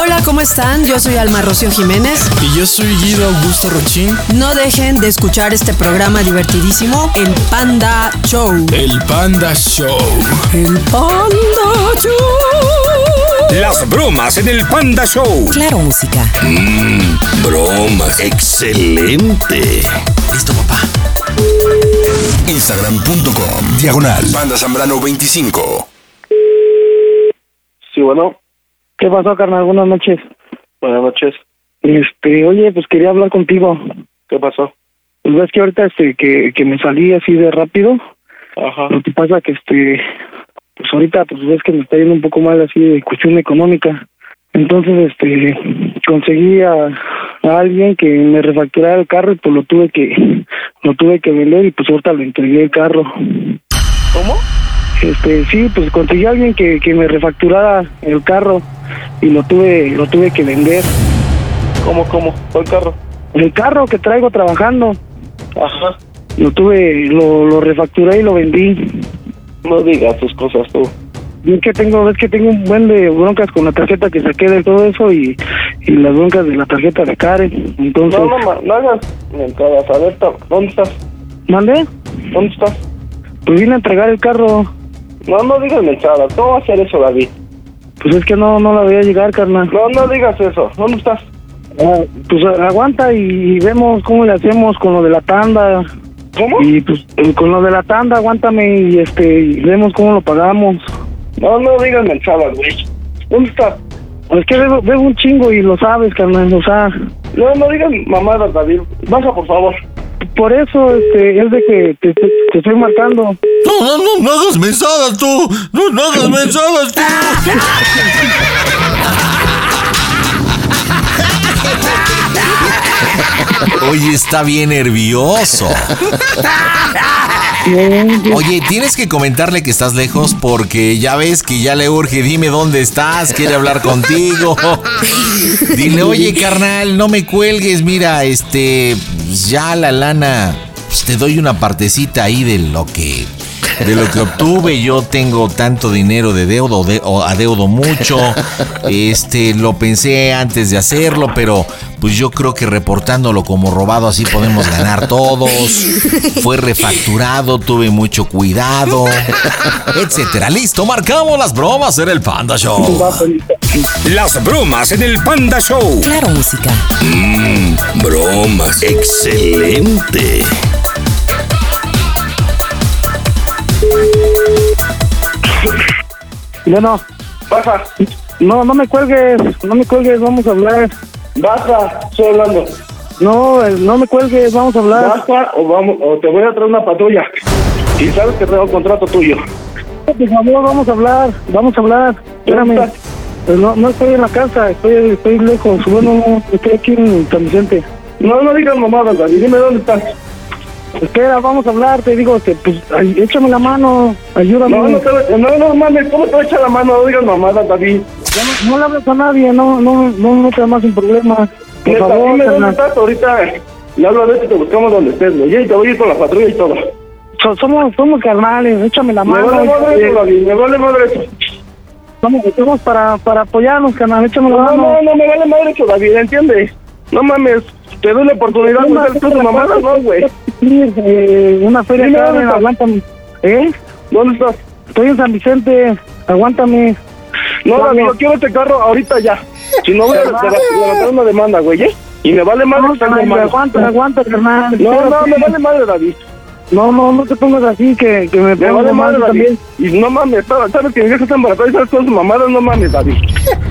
Hola, ¿cómo están? Yo soy Alma Rocío Jiménez. Y yo soy Guido Augusto Rochín. No dejen de escuchar este programa divertidísimo, El Panda Show. El Panda Show. El Panda Show. Las bromas en el Panda Show. Claro, música. Mmm, bromas. Excelente. Listo, papá. Instagram.com Diagonal Banda Zambrano 25 Sí, bueno. ¿Qué pasó, carnal? Buenas noches. Buenas noches. Este, oye, pues quería hablar contigo. ¿Qué pasó? Pues ves que ahorita este, que, que me salí así de rápido. Ajá. Lo que pasa que este, pues ahorita pues ves que me está yendo un poco mal así de cuestión económica. Entonces, este, conseguí a, a alguien que me refacturara el carro y pues lo tuve que, lo tuve que vender y pues ahorita lo entregué el carro. ¿Cómo? este sí pues conseguí a alguien que, que me refacturara el carro y lo tuve lo tuve que vender ¿Cómo, cómo? ¿Cuál carro? el carro que traigo trabajando Ajá. lo tuve lo, lo refacturé y lo vendí No digas tus cosas tú. y es que tengo es que tengo un buen de broncas con la tarjeta que saqué de todo eso y, y las broncas de la tarjeta de Karen entonces No, no, ma- no hagas mentadas. A ver, ta- ¿dónde estás? mandé ¿Dónde estás? pues vine a entregar el carro No, no digas mentadas. ¿Cómo va a hacer eso, David? pues es que no no la veía llegar carnal No, no digas eso. ¿Dónde estás? Ah, pues aguanta y, y vemos cómo le hacemos con lo de la tanda. ¿Cómo? Y pues eh, con lo de la tanda, aguántame y este y vemos cómo lo pagamos. No, no digas mentadas, güey. ¿Dónde estás? Ah, Es que veo, veo un chingo y lo sabes, carnal, o sea, No, no digas mamadas, David. Baja, por favor. por eso este es de que te, te- te estoy marcando. No, no, no, no hagas mensadas tú. No, no hagas mensadas tú. Oye, está bien nervioso. Oye, tienes que comentarle que estás lejos porque ya ves que ya le urge, dime dónde estás, quiere hablar contigo. Dile, oye, carnal, no me cuelgues, mira, este, pues, ya la lana, pues, te doy una partecita ahí de lo que, de lo que obtuve, yo tengo tanto dinero de deuda, o de, o adeudo mucho, este, lo pensé antes de hacerlo, pero pues yo creo que reportándolo como robado así podemos ganar todos, fue refacturado, tuve mucho cuidado, etcétera. Listo, marcamos las bromas en el Panda Show. Oh. Las bromas en el Panda Show. Claro, música. Mm, bromas. Excelente. Bueno, Baja. no, no me cuelgues, no me cuelgues, vamos a hablar. Baja. Estoy hablando. No, eh, no me cuelgues, vamos a hablar. Baja o, vamos, o te voy a traer una patrulla. Y sabes que tengo contrato tuyo. Por favor, vamos a hablar, vamos a hablar. Espérame. Pues no, no estoy en la casa, estoy, estoy lejos. Bueno, no, estoy aquí en San Vicente. No, no digas mamadas, David. Dime dónde estás. Espera, vamos a hablar, te digo, te, pues, ay, échame la mano, ayúdame. No, no, te- no, no mames. ¿Cómo te voy a echar la mano? No digas mamadas, David. Ya no, no le hables a nadie, no, no, no, no te amas sin problema. Por Neta, favor, dime dónde carnal. estás ahorita. Le hablo de eso y te buscamos donde estés, güey. Y te voy a ir con la patrulla y todo. So- somos, somos carnales, échame la Me mano. vale madre eso, David. Me vale madre eso. Vamos, estamos para, para apoyarnos, carnal, échame la No, mano. no, no, me vale madre eso, David. ¿Entiendes? No mames. Te doy la oportunidad de Una hacer tus feria mamadas, acá, no, güey. eh, Una feria Dime acá, dónde estás. aguántame. ¿Eh? ¿Dónde estás? Estoy en San Vicente, aguántame. No, Vamos. David, yo quiero este carro ahorita ya. Si no, voy a levantar levantar una demanda, güey, ¿eh? Y me vale madre No, que estás carnal, mamando. aguanta, aguanta, carnal. No, no, Espérate. me vale madre, David. No, no, no te pongas así, que, que Me me pongo vale madre, mal David. también. Y no mames, sabes sabes que mi vieja está embarazada y sabes todas sus mamadas, no mames, David.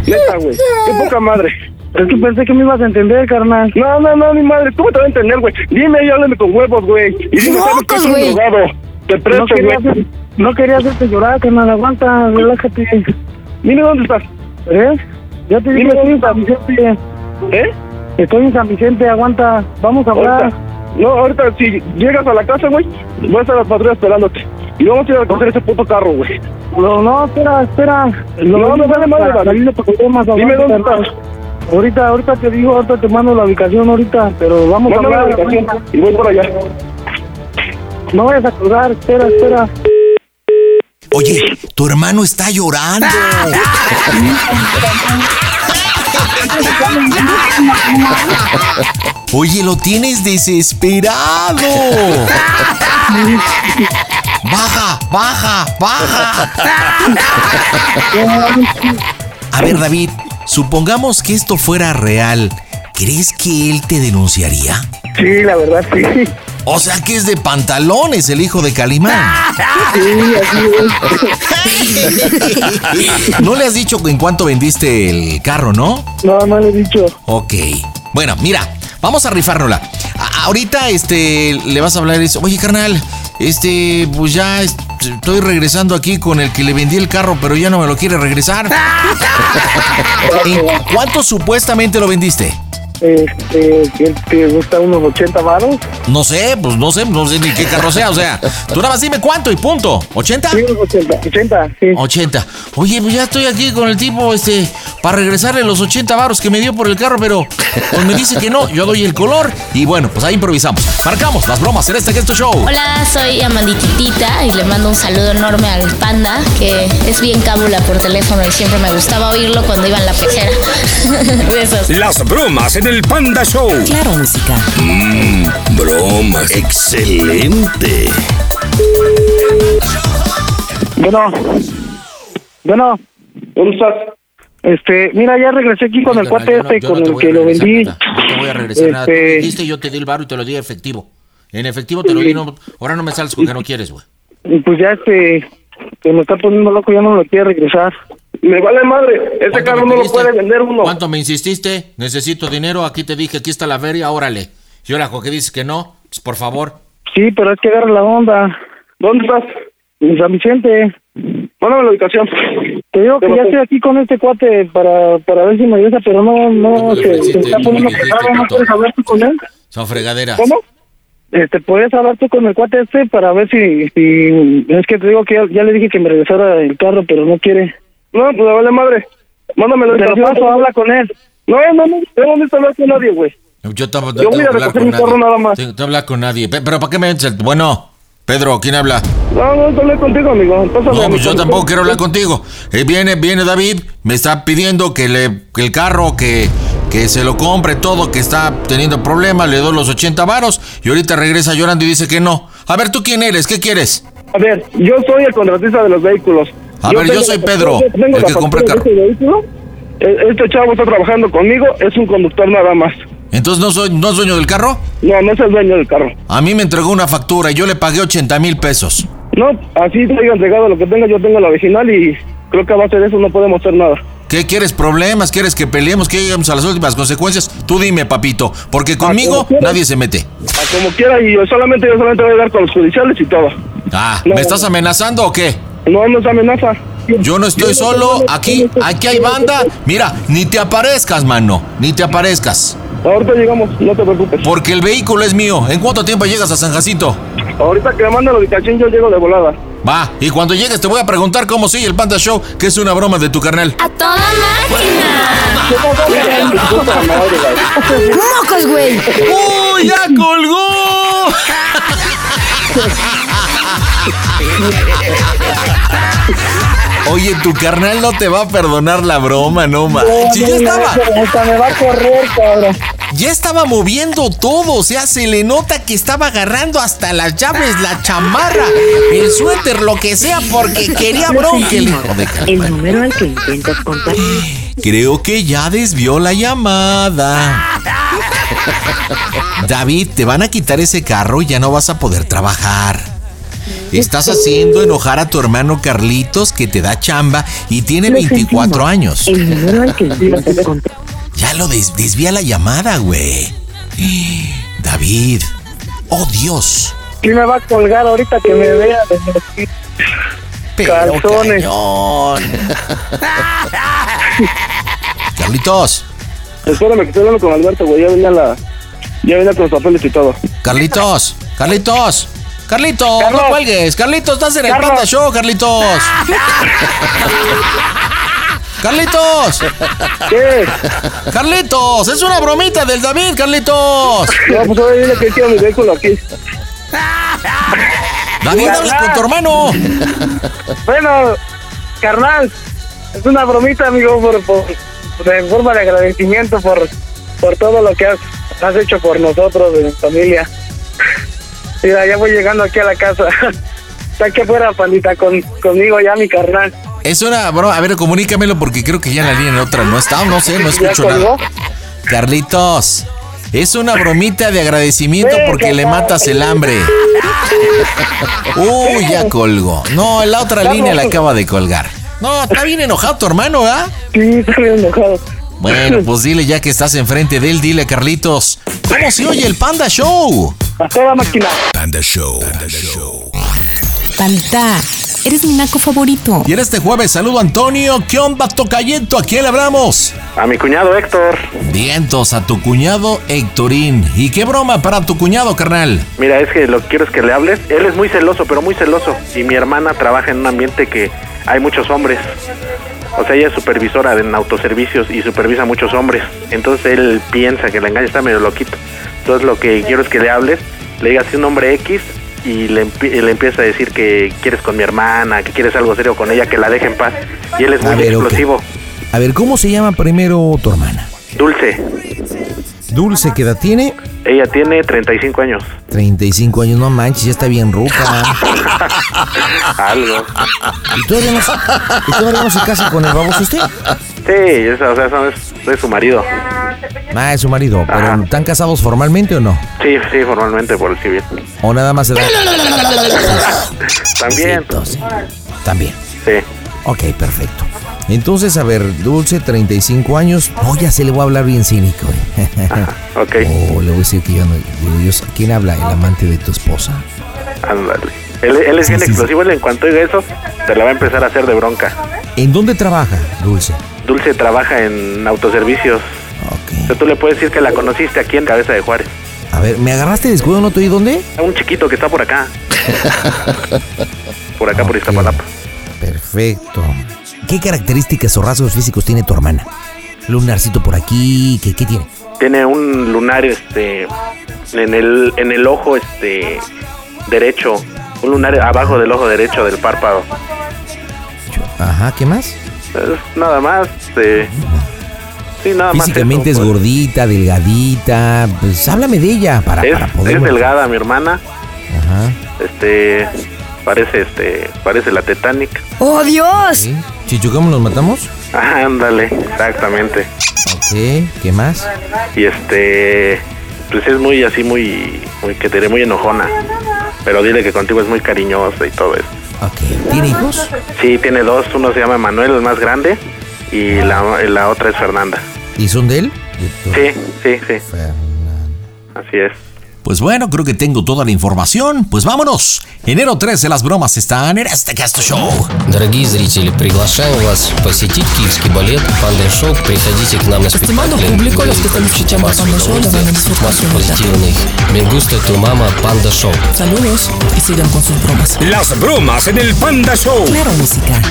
Neta, güey. Qué poca madre. Es que pensé que me ibas a entender, carnal. No, no, no, mi madre, ¿cómo te va a entender, güey? Dime y háblame con huevos, güey. Y dime, ¿sabes que Locos, es un güey. drogado? Te presto, pues, No quería, güey. hacer- no quería hacerte llorar, carnal. Aguanta, relájate. Dime dónde estás, ¿Eh? Ya te dije, Dime. estoy en San Vicente. ¿eh? Estoy en San Vicente, aguanta. Vamos a hablar. Ahorita. No, ahorita, si llegas a la casa, güey, voy a estar la patrulla esperándote. Y vamos a ir a recoger ese puto carro, güey. No, no, espera, espera. Lo No, no vale madre, para David. salirle por temas, Dime aguanta, dónde carnal. estás. Ahorita, ahorita te digo, ahorita te mando la ubicación ahorita, pero vamos Mándame a la hablar. ubicación aguanta. y voy por allá. No vayas a colgar, Ah, espera, espera. Oye, tu hermano está llorando. Oye, lo tienes desesperado. Baja, baja, baja. A ver, David, supongamos que esto fuera real. ¿Crees que él te denunciaría? Sí, la verdad, sí. O sea que es de pantalones el hijo de Calimán. Sí, así No le has dicho en cuánto vendiste el carro, ¿no? es. No, no le he dicho. Ok. Bueno, mira, vamos a rifárnosla. A- ahorita, este, le vas a hablar eso. Oye, carnal, este, pues ya est- estoy regresando aquí con el que le vendí el carro, pero ya no me lo quiere regresar. ¿En cuánto supuestamente lo vendiste? Este, ¿quién te gusta unos 80 varos? No sé, pues no sé, no sé ni qué carro sea. O sea, tú nada más dime cuánto y punto. ¿80? Sí, 80, 80, pues, sí. 80. Oye, pues ya estoy aquí con el tipo, este, para regresarle los 80 varos que me dio por el carro, pero pues me dice que no, yo doy el color y bueno, pues ahí improvisamos. Marcamos las bromas en este Gesto Show. Hola, soy Amandititita y le mando un saludo enorme al panda, que es bien cábula por teléfono y siempre me gustaba oírlo cuando iba en la pecera. Besos. Las bromas en el Panda Show. Claro, música. Mmm, bromas. Excelente. Bueno, bueno. ¿Dónde estás? Este, mira, ya regresé aquí con el cuate yo no- este, yo no con te el voy a que lo regresar vendí. nada. No te voy a regresar nada. Tú Este- dijiste, yo te di el varo y te lo di efectivo. En efectivo te lo di, no- ahora no me sales con que no quieres, güey. Y pues ya este, que me está poniendo loco, ya no me lo quiere regresar. Me vale madre, este ¿Cuánto carro me no lo pediste? puede vender uno. ¿Cuánto me insististe? Necesito dinero, aquí te dije, aquí está la feria, órale. Y ahora, ¿con qué dices que no? Pues, por favor. Sí, pero es que agarra la onda. ¿Dónde estás? En San Vicente. Mándame la ubicación. Te digo que Pero ya tú- estoy aquí con este cuate para, para ver si me regresa, pero no, no, este, se, se está poniendo pesado, ¿no puedes hablar tú con él? Son fregaderas. ¿Cómo? Este, ¿podrías hablar tú con el cuate este para ver si, si- es que te digo que ya, ya le dije que me regresara el carro, pero no quiere. No, pues me vale madre. Mándame la Te lo ubicación. paso, habla con él. No, no, no, yo no necesito hablar con nadie, güey. Yo, Yo tam- voy tengo a que hablar recoger con mi nadie. carro nada más. Tengo que hablar con nadie. Pe- Pero ¿para qué me metes el- Bueno, Pedro, ¿quién habla? No, no, no hablé contigo, amigo. Pásame No, a mi pues yo carro. tampoco quiero hablar contigo. Eh, viene, viene David, me está pidiendo que le que el carro que, que se lo compre todo, que está teniendo problemas, le doy los 80 varos y ahorita regresa llorando y dice que no. A ver, ¿tú quién eres? ¿Qué quieres? A ver, yo soy el contratista de los vehículos. A ver, yo tengo soy la- Pedro, yo tengo el la que compra el factura carro. de este vehículo. E- Este chavo está trabajando conmigo, es un conductor nada más. Entonces no soy no es dueño del carro? No, no es el dueño del carro. A mí me entregó una factura y yo le pagué 80 mil pesos. No, así te haya entregado lo que tenga, yo tengo la original y creo que a base de eso no podemos hacer nada. ¿Qué quieres problemas? ¿Quieres que peleemos? ¿Que lleguemos a las últimas consecuencias? Tú dime, papito, Ah, porque conmigo quieras. nadie se mete. A como quiera y yo solamente, yo solamente voy a hablar con los judiciales y todo. Ah, No. ¿me estás amenazando o qué? No, no es amenaza. Yo no estoy solo, aquí, aquí hay banda. Mira, ni te aparezcas, mano, ni te aparezcas. Ahorita llegamos, no te preocupes. Porque el vehículo es mío. ¿En cuánto tiempo llegas a San Jacinto? Ahorita que me manda la ubicación yo llego de volada. Va, y cuando llegues te voy a preguntar cómo sigue el Panda Show, que es una broma de tu carnal. ¡Mocos, güey! ¡Uy, ya colgó! Oye, tu carnal no te va a perdonar la broma, no ma. Si ya estaba, Hasta me va a correr, cabrón. ya estaba moviendo todo, o sea, se le nota que estaba agarrando hasta las llaves, la chamarra, el suéter, lo que sea, porque quería bronca. el hijo de ca- El número al que intentas contar. Creo que ya desvió la llamada. David, te van a quitar ese carro y ya no vas a poder trabajar. Estás haciendo enojar a tu hermano Carlitos que te da chamba y tiene 24 años. El número al que intentas contar. Ya lo des- desvía la llamada, güey. David. Oh, Dios. Sí me va a colgar ahorita que me vea. Calzones. cañón. Carlitos. Espérame que estoy hablando con Alberto, güey, ya venía la... Ya venía con los papeles y todo. Carlitos. Carlitos. Carlitos, no cuelgues. Carlitos, estás en el Carlos. Panda Show, Carlitos. Carlitos. ¿Qué? Carlitos, es una bromita del David, Carlitos. No, pues ahora dile que quiero mi vehículo aquí. David, hablas con tu hermano. Bueno, carnal, es una bromita, amigo, por, por, de forma de agradecimiento por, por todo lo que has, has hecho por nosotros, de mi familia. Mira, ya voy llegando aquí a la casa. Está aquí afuera, pandita, con, conmigo ya, mi carnal. Es una broma. A ver, comunícamelo porque creo que ya en la línea en otra no está, no sé, no escucho nada. colgó? Carlitos, es una bromita de agradecimiento porque le matas el hambre. Uy, ya colgó. No, en la otra línea la acaba de colgar. No, está bien enojado tu hermano, ¿verdad? Sí, estoy enojado. Bueno, pues dile ya que estás enfrente de él, dile Carlitos, ¿cómo se oye el Panda Show? A toda máquina. Panda Show. Panda Eres mi naco favorito. Y en este jueves saludo a Antonio. ¿Qué onda, Tocayento? ¿A quién le hablamos? A mi cuñado Héctor. Vientos, a tu cuñado Héctorín. ¿Y qué broma para tu cuñado, carnal? Mira, es que lo que quiero es que le hables. Él es muy celoso, pero muy celoso. Y mi hermana trabaja en un ambiente que hay muchos hombres. O sea, ella es supervisora en autoservicios y supervisa a muchos hombres. Entonces él piensa que la engaña está medio loquito. Entonces lo que quiero es que le hables, le digas un nombre X y le, empie- y le empieza a decir que quieres con mi hermana, que quieres algo serio con ella, que la deje en paz. Y él es A muy ver, ok. explosivo. A ver, ¿cómo se llama primero tu hermana? Dulce, Dulce, ¿qué edad tiene? ella tiene 35 años. 35 años, no manches, ya está bien ruca. Algo. ¿Y todavía no se, y todavía no se casa con el baboso usted? Sí, esa- o sea, esa es, es su marido. Ah, es su marido, pero ¿están casados formalmente o no? Sí, sí, formalmente por el civil. ¿O nada más se da? También. También. Sí. Ok, perfecto. Entonces, a ver, Dulce, 35 años. No, ya se le voy a hablar bien cínico. eh. Ok, Oh, le voy a decir que yo no. digo, Dios, ¿Quién habla? ¿El amante de tu esposa? ándale. Él, él es Sí, bien sí, sí. explosivo, él en cuanto oiga eso, te la va a empezar a hacer de bronca. ¿En dónde trabaja, Dulce? Dulce trabaja en autoservicios. Ok. tú le puedes decir que la conociste aquí en Cabeza de Juárez. A ver, ¿me agarraste de escudo? ¿No te oí dónde? A un chiquito que está por acá. por acá, por Iztapalapa. Perfecto. ¿Qué características o rasgos físicos tiene tu hermana? Lunarcito por aquí, ¿qué, qué tiene? Tiene un lunar este en el en el ojo este derecho, un lunar abajo del ojo derecho del párpado. Ajá, ¿qué más? Es nada más eh, Sí, nada más. Físicamente es eso, pues. gordita, delgadita. Pues háblame de ella para, Es- para poder. es delgada mi hermana. Ajá. Este parece este parece la Titanic. ¡Oh, Dios! Si chocamos, nos matamos. Ah, ándale, exactamente. Ok, ¿qué más? Y este pues es muy así muy muy que te diré muy enojona. Pero dile que contigo es muy cariñosa y todo eso. ¿Tiene hijos? Sí, tiene dos. Uno se llama Manuel, el más grande, y la, la otra es Fernanda. ¿Y son de él? Sí, sí, sí. Así es. Pues bueno, creo que tengo toda la información. Pues vámonos. Enero 13 las bromas están en este Casto Show. Дорогие зрители, приглашаем вас посетить Киевский балет «Панда и Шоу». Приходите к нам на Estimado спектакли. público, los que Вы получите escuchan массу «Панда Шоу» удовольствия, давно disfrutan массу su vida. позитивных. Me gusta tu mama, «Панда Шоу». Saludos y sigan con sus bromas. Las bromas en el Panda Show. Claro, música.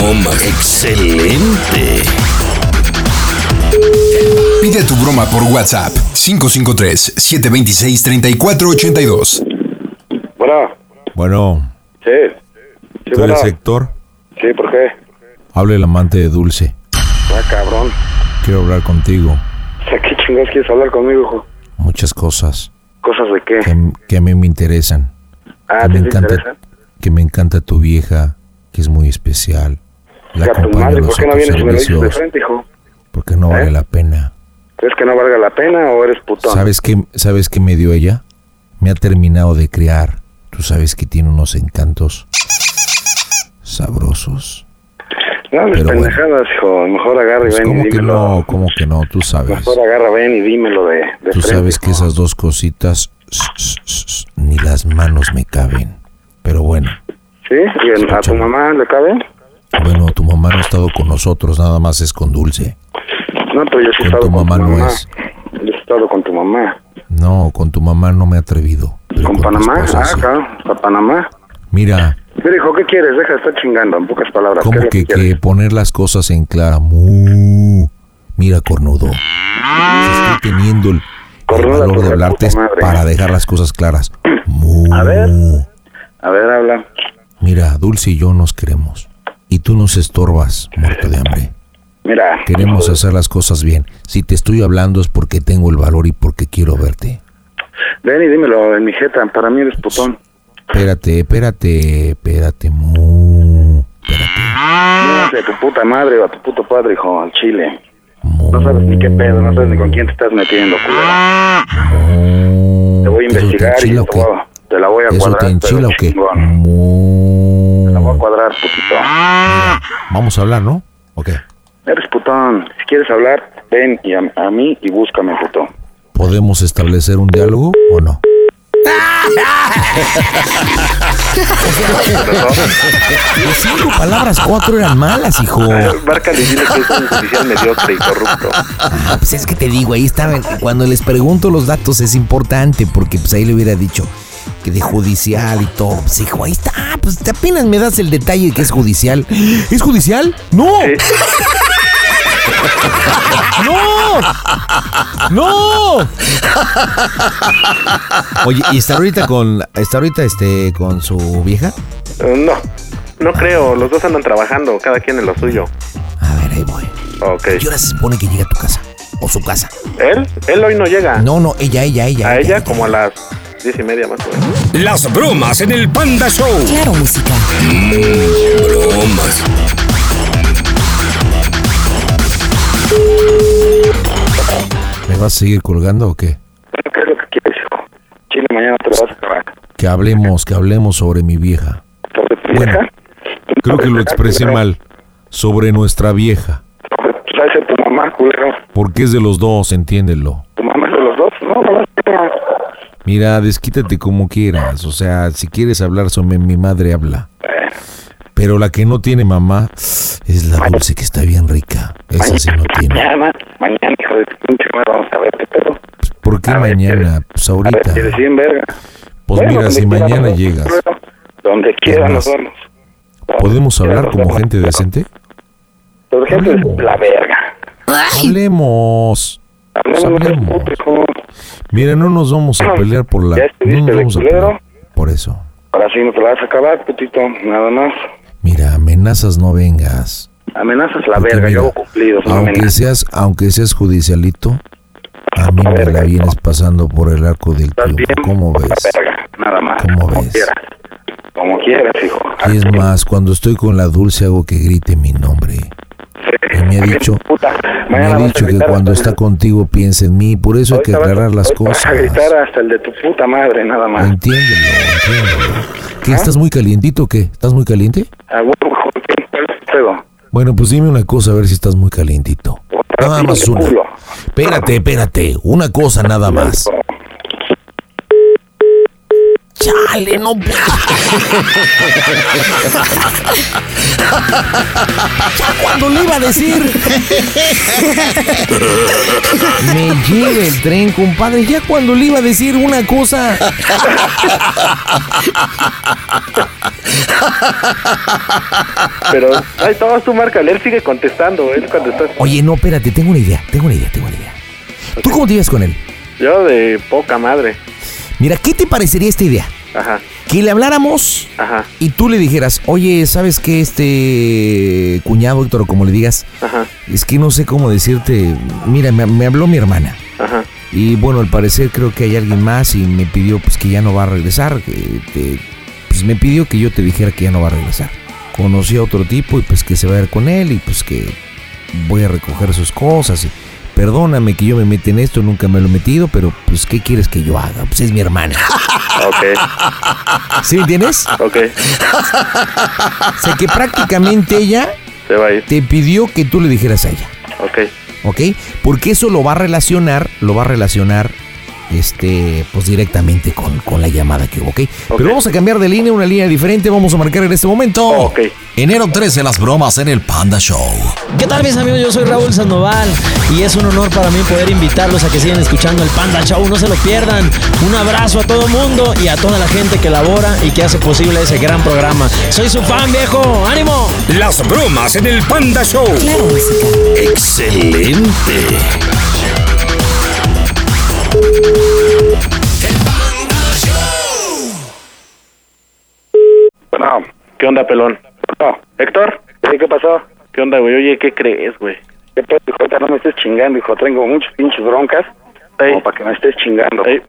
broma, excelente. Pide tu broma por WhatsApp 553-726-3482. Bueno, Bueno, sí. Sí, ¿tú bueno. eres Héctor? Sí, ¿por qué? Habla el amante de Dulce. Ah, cabrón. Quiero hablar contigo. O sea, ¿qué chingados quieres hablar conmigo, hijo? Muchas cosas ¿Cosas de qué? que, m- que a mí me interesan. Ah, que me ¿te, te encanta, interesa? que me encanta tu vieja, que es muy especial. La Hija, tu pues, acompaño a madre, los ¿por qué no vienes y me lo dices de autoservicios, frente, ¿Eh? hijo? Porque no vale la pena. ¿Crees que no valga la pena o eres putón? ¿Sabes qué, ¿Sabes qué me dio ella? Me ha terminado de criar. Tú sabes que tiene unos encantos sabrosos. No hables Pero bueno. pendejadas, hijo. Mejor agarra y Pues, ven ¿Cómo y que dímelo. no? ¿Cómo que no? Tú sabes. Mejor agarra, ven y dímelo de, de Tú frente. sabes que esas dos cositas s- s- s- ni las manos me caben. Pero bueno, ¿Sí? ¿Y en- a tu mamá le cabe? bueno, tu mamá no ha estado con nosotros, nada más es con Dulce. No, pero yo sí he estado tu con mamá tu Ah, no mamá. es. Yo sí he estado con tu mamá. No, con tu mamá no me he atrevido. pero ¿Con tu Panamá? esposa Ah, sí. claro, a Panamá. Mira, Mira, hijo, ¿qué quieres? Deja de estar chingando, en pocas palabras. ¿Qué Como es lo que, que quieres? que poner las cosas en clara. Mu. Mira, cornudo. Mm. Si estoy teniendo el, el valor de hablarte es para dejar las cosas claras. Mu. A ver, habla. Mira, Dulce y yo nos queremos. Y tú nos estorbas, muerto de hambre. Mira. Queremos hacer las cosas bien. Si te estoy hablando es porque tengo el valor y porque quiero verte. Ven y dímelo en mi jeta. Para mí eres putón. Espérate, espérate, espérate. Mu. Mírate a tu puta madre o a tu puto padre, hijo, al chile. No sabes ni qué pedo, no sabes ni con quién te estás metiendo, culero. Te voy a ¿Eso te investigar y enchila te, o qué? voy a- te la voy a ¿Eso cuadrar. te pero enchila o qué? chingón. Te la voy a cuadrar, putito. Vamos a hablar, ¿no? Ok. Eres putón. Si quieres hablar, ven y a, a mí y búscame, puto. ¿Podemos establecer un diálogo o no? Pues cinco palabras, cuatro eran malas, hijo. Márcale y dile que es un judicial mediocre y corrupto. Ah, pues es que te digo, ahí estaban. Cuando les pregunto los datos es importante porque pues ahí le hubiera dicho que de judicial y todo. Pues hijo, ahí está. Pues te apenas me das el detalle que es judicial. ¿Es judicial? ¡No! ¡No! ¡No! Oye, ¿y está ahorita con está ahorita este con su vieja? Eh, No, no creo. Los dos andan trabajando, cada quien en lo suyo. A ver, ahí voy. Ok. ¿Qué hora se supone que llega a tu casa? ¿O su casa? ¿Él? Él hoy no llega. No, no, ella, ella, ella. A ella como a las diez y media más o menos. Las bromas en el Panda Show. Claro, música. bromas. ¿Me vas a seguir colgando o qué? ¿Qué es lo que quieres, hijo? Chile, mañana te lo vas a acabar. Que hablemos, que hablemos sobre mi vieja. Bueno, creo que lo expresé mal. Sobre nuestra vieja. Traes a Pues, tu mamá, culero. Porque es de los dos, entiéndelo. Tu mamá es de los dos. No, no, no. Mira, desquítate como quieras. O sea, si quieres hablar sobre mi madre, habla. Pero la que no tiene mamá es la dulce que está bien rica. Esa sí no tiene. Mañana, mañana, hijo de tu pinche madre, vamos a verte, pero. ¿Por qué mañana? Pues A ver, ahorita. si deciden verga. Pues Bueno, mira, donde si quiera mañana nos- llegas, Donde quiera nos Además. vemos. ¿podemos hablar como gente decente? Por ejemplo, es la verga. Hablemos. Pues hablemos. Mira, no nos vamos a pelear por la. Ya No estuviste nos de vamos a culero. pelear por eso. Ahora sí no te la vas a acabar, putito. Nada más. Mira, amenazas no vengas. Amenazas la Porque verga. mira, yo hago cumplidos, no Aunque amenazas. seas, aunque seas judicialito, a mí me la vienes pasando por el arco del triunfo. ¿Cómo ves? Verga, nada más. ¿Cómo Como pues, ves? quieras. Como quieras, hijo. Y es más, cuando estoy con la dulce hago que grite mi nombre. Y me ha dicho, me ha dicho que cuando está contigo piensa en mí. Por eso hay que aclarar las Vas cosas. a gritar hasta el de tu puta madre, nada más. Entiéndelo, entiéndelo. ¿Qué, estás muy calientito o qué? ¿Estás muy caliente? A huevo, hijo, ¿qué? ¿Cuál es el pedo? Bueno, pues dime una cosa, a ver si estás muy calientito. Nada más una. Espérate, espérate. Una cosa nada más. Chale, no puedo. ya cuando lo iba a decir. Me lleve el tren, compadre. Ya cuando le iba a decir una cosa. Pero, ay, tomas tu marca, él sigue contestando, él cuando estás... Oye, no, espérate, tengo una idea, tengo una idea, tengo una idea. ¿Tú cómo te llevas con él? Yo de poca madre. Mira, ¿qué te parecería esta idea? Ajá, Que le habláramos ajá, y tú le dijeras, oye, ¿sabes qué? Este cuñado, Héctor, o como le digas, ajá, es que no sé cómo decirte. Mira, me, me habló mi hermana. ajá. Y bueno, al parecer creo que hay alguien más y me pidió pues que ya no va a regresar. que te- pues me pidió que yo te dijera que ya no va a regresar. Conocí a otro tipo y pues que se va a ir con él y pues que voy a recoger sus cosas. y perdóname que yo me meta en esto, nunca me lo he metido, pero pues ¿qué quieres que yo haga? Pues es mi hermana. Ok, ¿Sí me entiendes? ok, O sea que prácticamente ella se va a ir, te pidió que tú le dijeras a ella. ok. ¿ok? Porque eso lo va a relacionar, lo va a relacionar este, pues directamente con, con la llamada que hubo, ¿ok? Pero vamos a cambiar de línea, una línea diferente, vamos a marcar en este momento. Enero 13, las bromas en el Panda Show. ¿Qué tal mis amigos? Yo soy Raúl Sandoval y es un honor para mí poder invitarlos a que sigan escuchando el Panda Show, no se lo pierdan. Un abrazo a todo mundo y a toda la gente que labora y que hace posible ese gran programa. Soy su fan viejo, ánimo. Las bromas en el Panda Show. Excelente. Bueno, ¿qué onda, pelón? No, ¿Héctor? Sí, ¿qué pasó? ¿Qué onda, güey? Oye, ¿qué crees, güey? ¿Qué pedo, hijo? Ahorita No me estés chingando, hijo. Tengo muchos pinches broncas. Como para que me estés chingando. ¡Locos,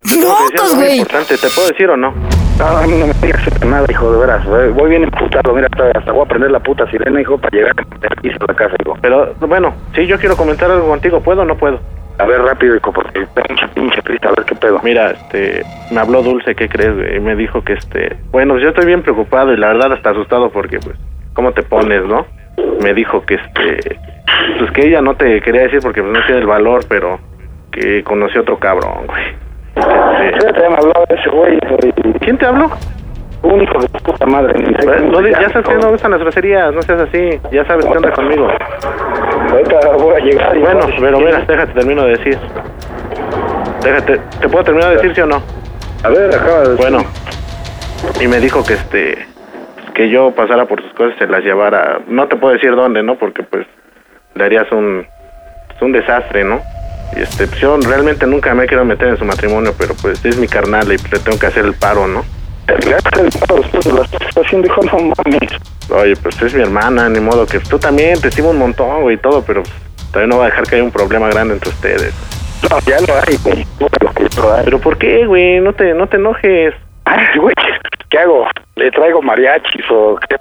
pues, güey! importante, ¿te puedo decir o no? No, a mí no me digas nada, hijo, de veras. Voy voy bien emputado. Mira, hasta, hasta voy a prender la puta sirena, hijo, para llegar aquí a la casa, hijo. Pero, bueno, sí, yo quiero comentar algo contigo. ¿Puedo o no puedo? A ver, rápido, hijo, porque tengo mucha pinche prisa. A ver qué pedo. Mira, este, me habló Dulce, ¿qué crees, güey? Y me dijo que, este... Bueno, pues yo estoy bien preocupado y la verdad hasta asustado porque, pues, ¿cómo te pones, no? Me dijo que, este... Pues que ella no te quería decir porque pues, no tiene el valor, pero que conoció otro cabrón, güey. Este... te han hablado de ese güey. ¿Quién te habló? Un hijo de puta madre. No, di- ya sabes que no me gustan las groserías, no seas así. Ya sabes qué onda conmigo. Ahorita voy a llegar. y- Bueno, pero mira, déjate, termino de decir. Déjate, ¿te puedo terminar de decir sí o no? A ver, acaba de... Bueno, y me dijo que este que yo pasara por sus cosas, se las llevara. No te puedo decir dónde, ¿no? Porque pues le harías un pues, un desastre, ¿no? Y este, pues, yo realmente nunca me he querido meter en su matrimonio, pero pues es mi carnal y pues, le tengo que hacer el paro, ¿no? Le hace el paro después de las que está haciendo, hijo, no mames. Oye, pues es mi hermana, ni modo que pues, tú también te estimo un montón, güey, y todo, pero pues, todavía no va a dejar que haya un problema grande entre ustedes. No, ya lo hay, güey. Puta, lo que lo hay. pues, Pero ¿por qué, güey? No te no te enojes. Ay, güey, ¿qué hago? ¿Le traigo mariachis o qué?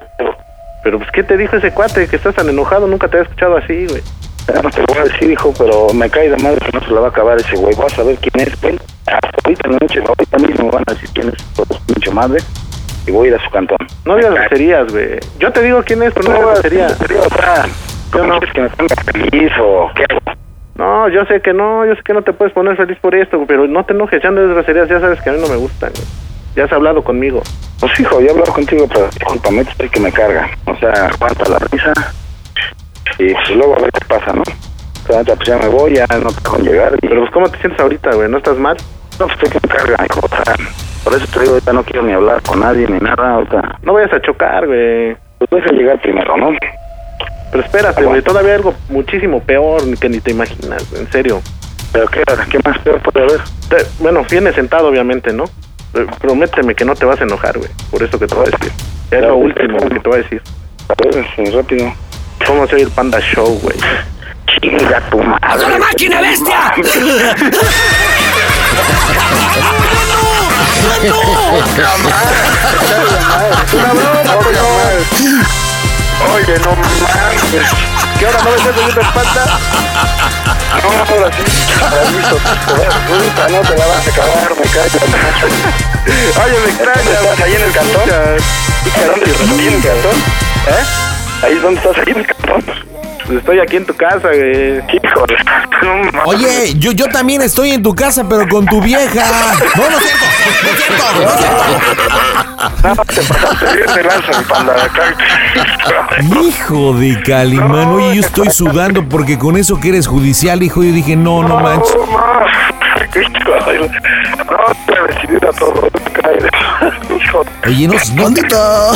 Pero pues ¿qué te dijo ese cuate que estás tan enojado? Nunca te había escuchado así, güey. Ah, Ya no te lo voy a decir, hijo, pero me cae de madre que no se la va a acabar ese güey. Vas a ver quién es, güey. Hasta ahorita en la noche, ahorita mismo van a decir quién es, todos pinche madre. Y voy a ir a su cantón. Eh, No digas groserías, güey. Yo te digo quién es, pero no No, digas groserías. sería otra. ¿Cómo no? que me ponga feliz o qué hago? No, yo sé que no, yo sé que no te puedes poner feliz por esto, güey, pero no te enojes, ya no es groserías, ya sabes que a mí no me gustan, güey. Ya has hablado conmigo. Pues hijo, yo he hablado contigo, pero discúlpame, estoy que me carga. O sea, aguanta la risa y pues, luego a ver qué pasa, ¿no? O sea, ya, pues ya me voy, ya no te dejo llegar. Y... Pero pues ¿cómo te sientes ahorita, güey? ¿No estás mal? No, pues estoy que me carga, hijo. O sea, por eso te digo, ahorita no quiero ni hablar con nadie ni nada. O sea, No vayas a chocar, güey. pues deja llegar primero, ¿no? Pero espérate, güey, todavía hay algo muchísimo peor que ni te imaginas, en serio. Pero qué, qué más peor puede haber. Te- bueno, vienes sentado, obviamente, ¿no? Eh, Prométeme que no te vas a enojar, güey, por eso que te voy a decir. Es lo último güey, que te voy a decir. A ver, sí, Pues, rápido. ¿Cómo soy el Panda Show, güey? Chinga tu madre. ¡Una máquina bestia! Oye, no mames. ¿Qué hora no me estás subiendo espalda? No, ahora sí. Ahora listo. Puta, no te la vas a acabar, me callo. Oye, me extraña. ¿Estás ahí en el cantón? ¿A dónde estás ahí en el cantón? ¿Eh? ¿Ahí es donde estás ahí en el cantón? Pues Estoy aquí en tu casa, güey. Híjole. No mames. Oye, yo, yo también estoy en tu casa, pero con tu vieja. No, no es cierto, no es cierto, no es No, te pasaste bien de lanza, mi panda. cierto. Hijo de Calimán, oye, yo estoy sudando porque con eso que eres judicial, hijo, yo dije, no, no manches. No, híjole. No, te decidido a todo. Cállate. Hijo. Oye, no, no Pandita,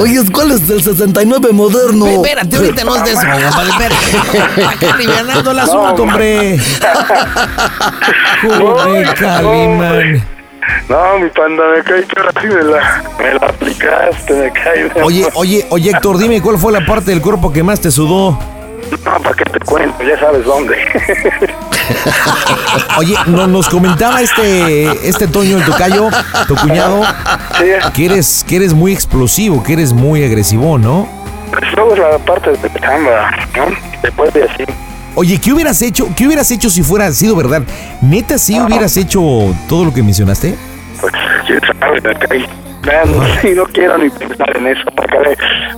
oye, ¿cuál es del 69 moderno? Ve, espérate, ahorita no es de eso, compadre, espérate. Acá alivianando el asunto, hombre. Joder, Calimán. No, mi panda, me cae que ahora sí me la, me la aplicaste, me cae. Oye, oye, oye, Héctor, dime cuál fue la parte del cuerpo que más te sudó. No, ¿para qué te cuento? Ya sabes dónde. Oye, no- nos comentaba este, este Toño, el tocayo, tu cuñado, que eres, que eres muy explosivo, que eres muy agresivo, ¿no? Pues luego es la parte de chamba, ¿no? Después de así. Oye, ¿qué hubieras hecho? ¿Qué hubieras hecho si fuera sido verdad? ¿Neta sí hubieras hecho todo lo que mencionaste? Pues, quién sabe, me cae. Vean, sí, no quiero ni pensar en eso. Porque me,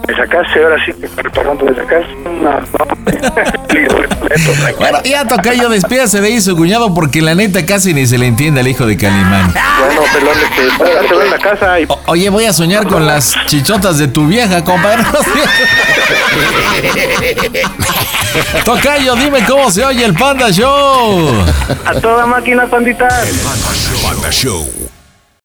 me sacaste ahora sí, que perdón, me sacaste una. No, Bueno, ya tocayo, despídase de ahí su cuñado porque la neta casi ni se le entiende al hijo de Calimán. Bueno, pelón, este, ahora te veo en la casa y... Oye, voy a soñar con las chichotas de tu vieja, compadre. Tocayo, dime cómo se oye el Panda Show. A toda máquina, pandita. Panda Show.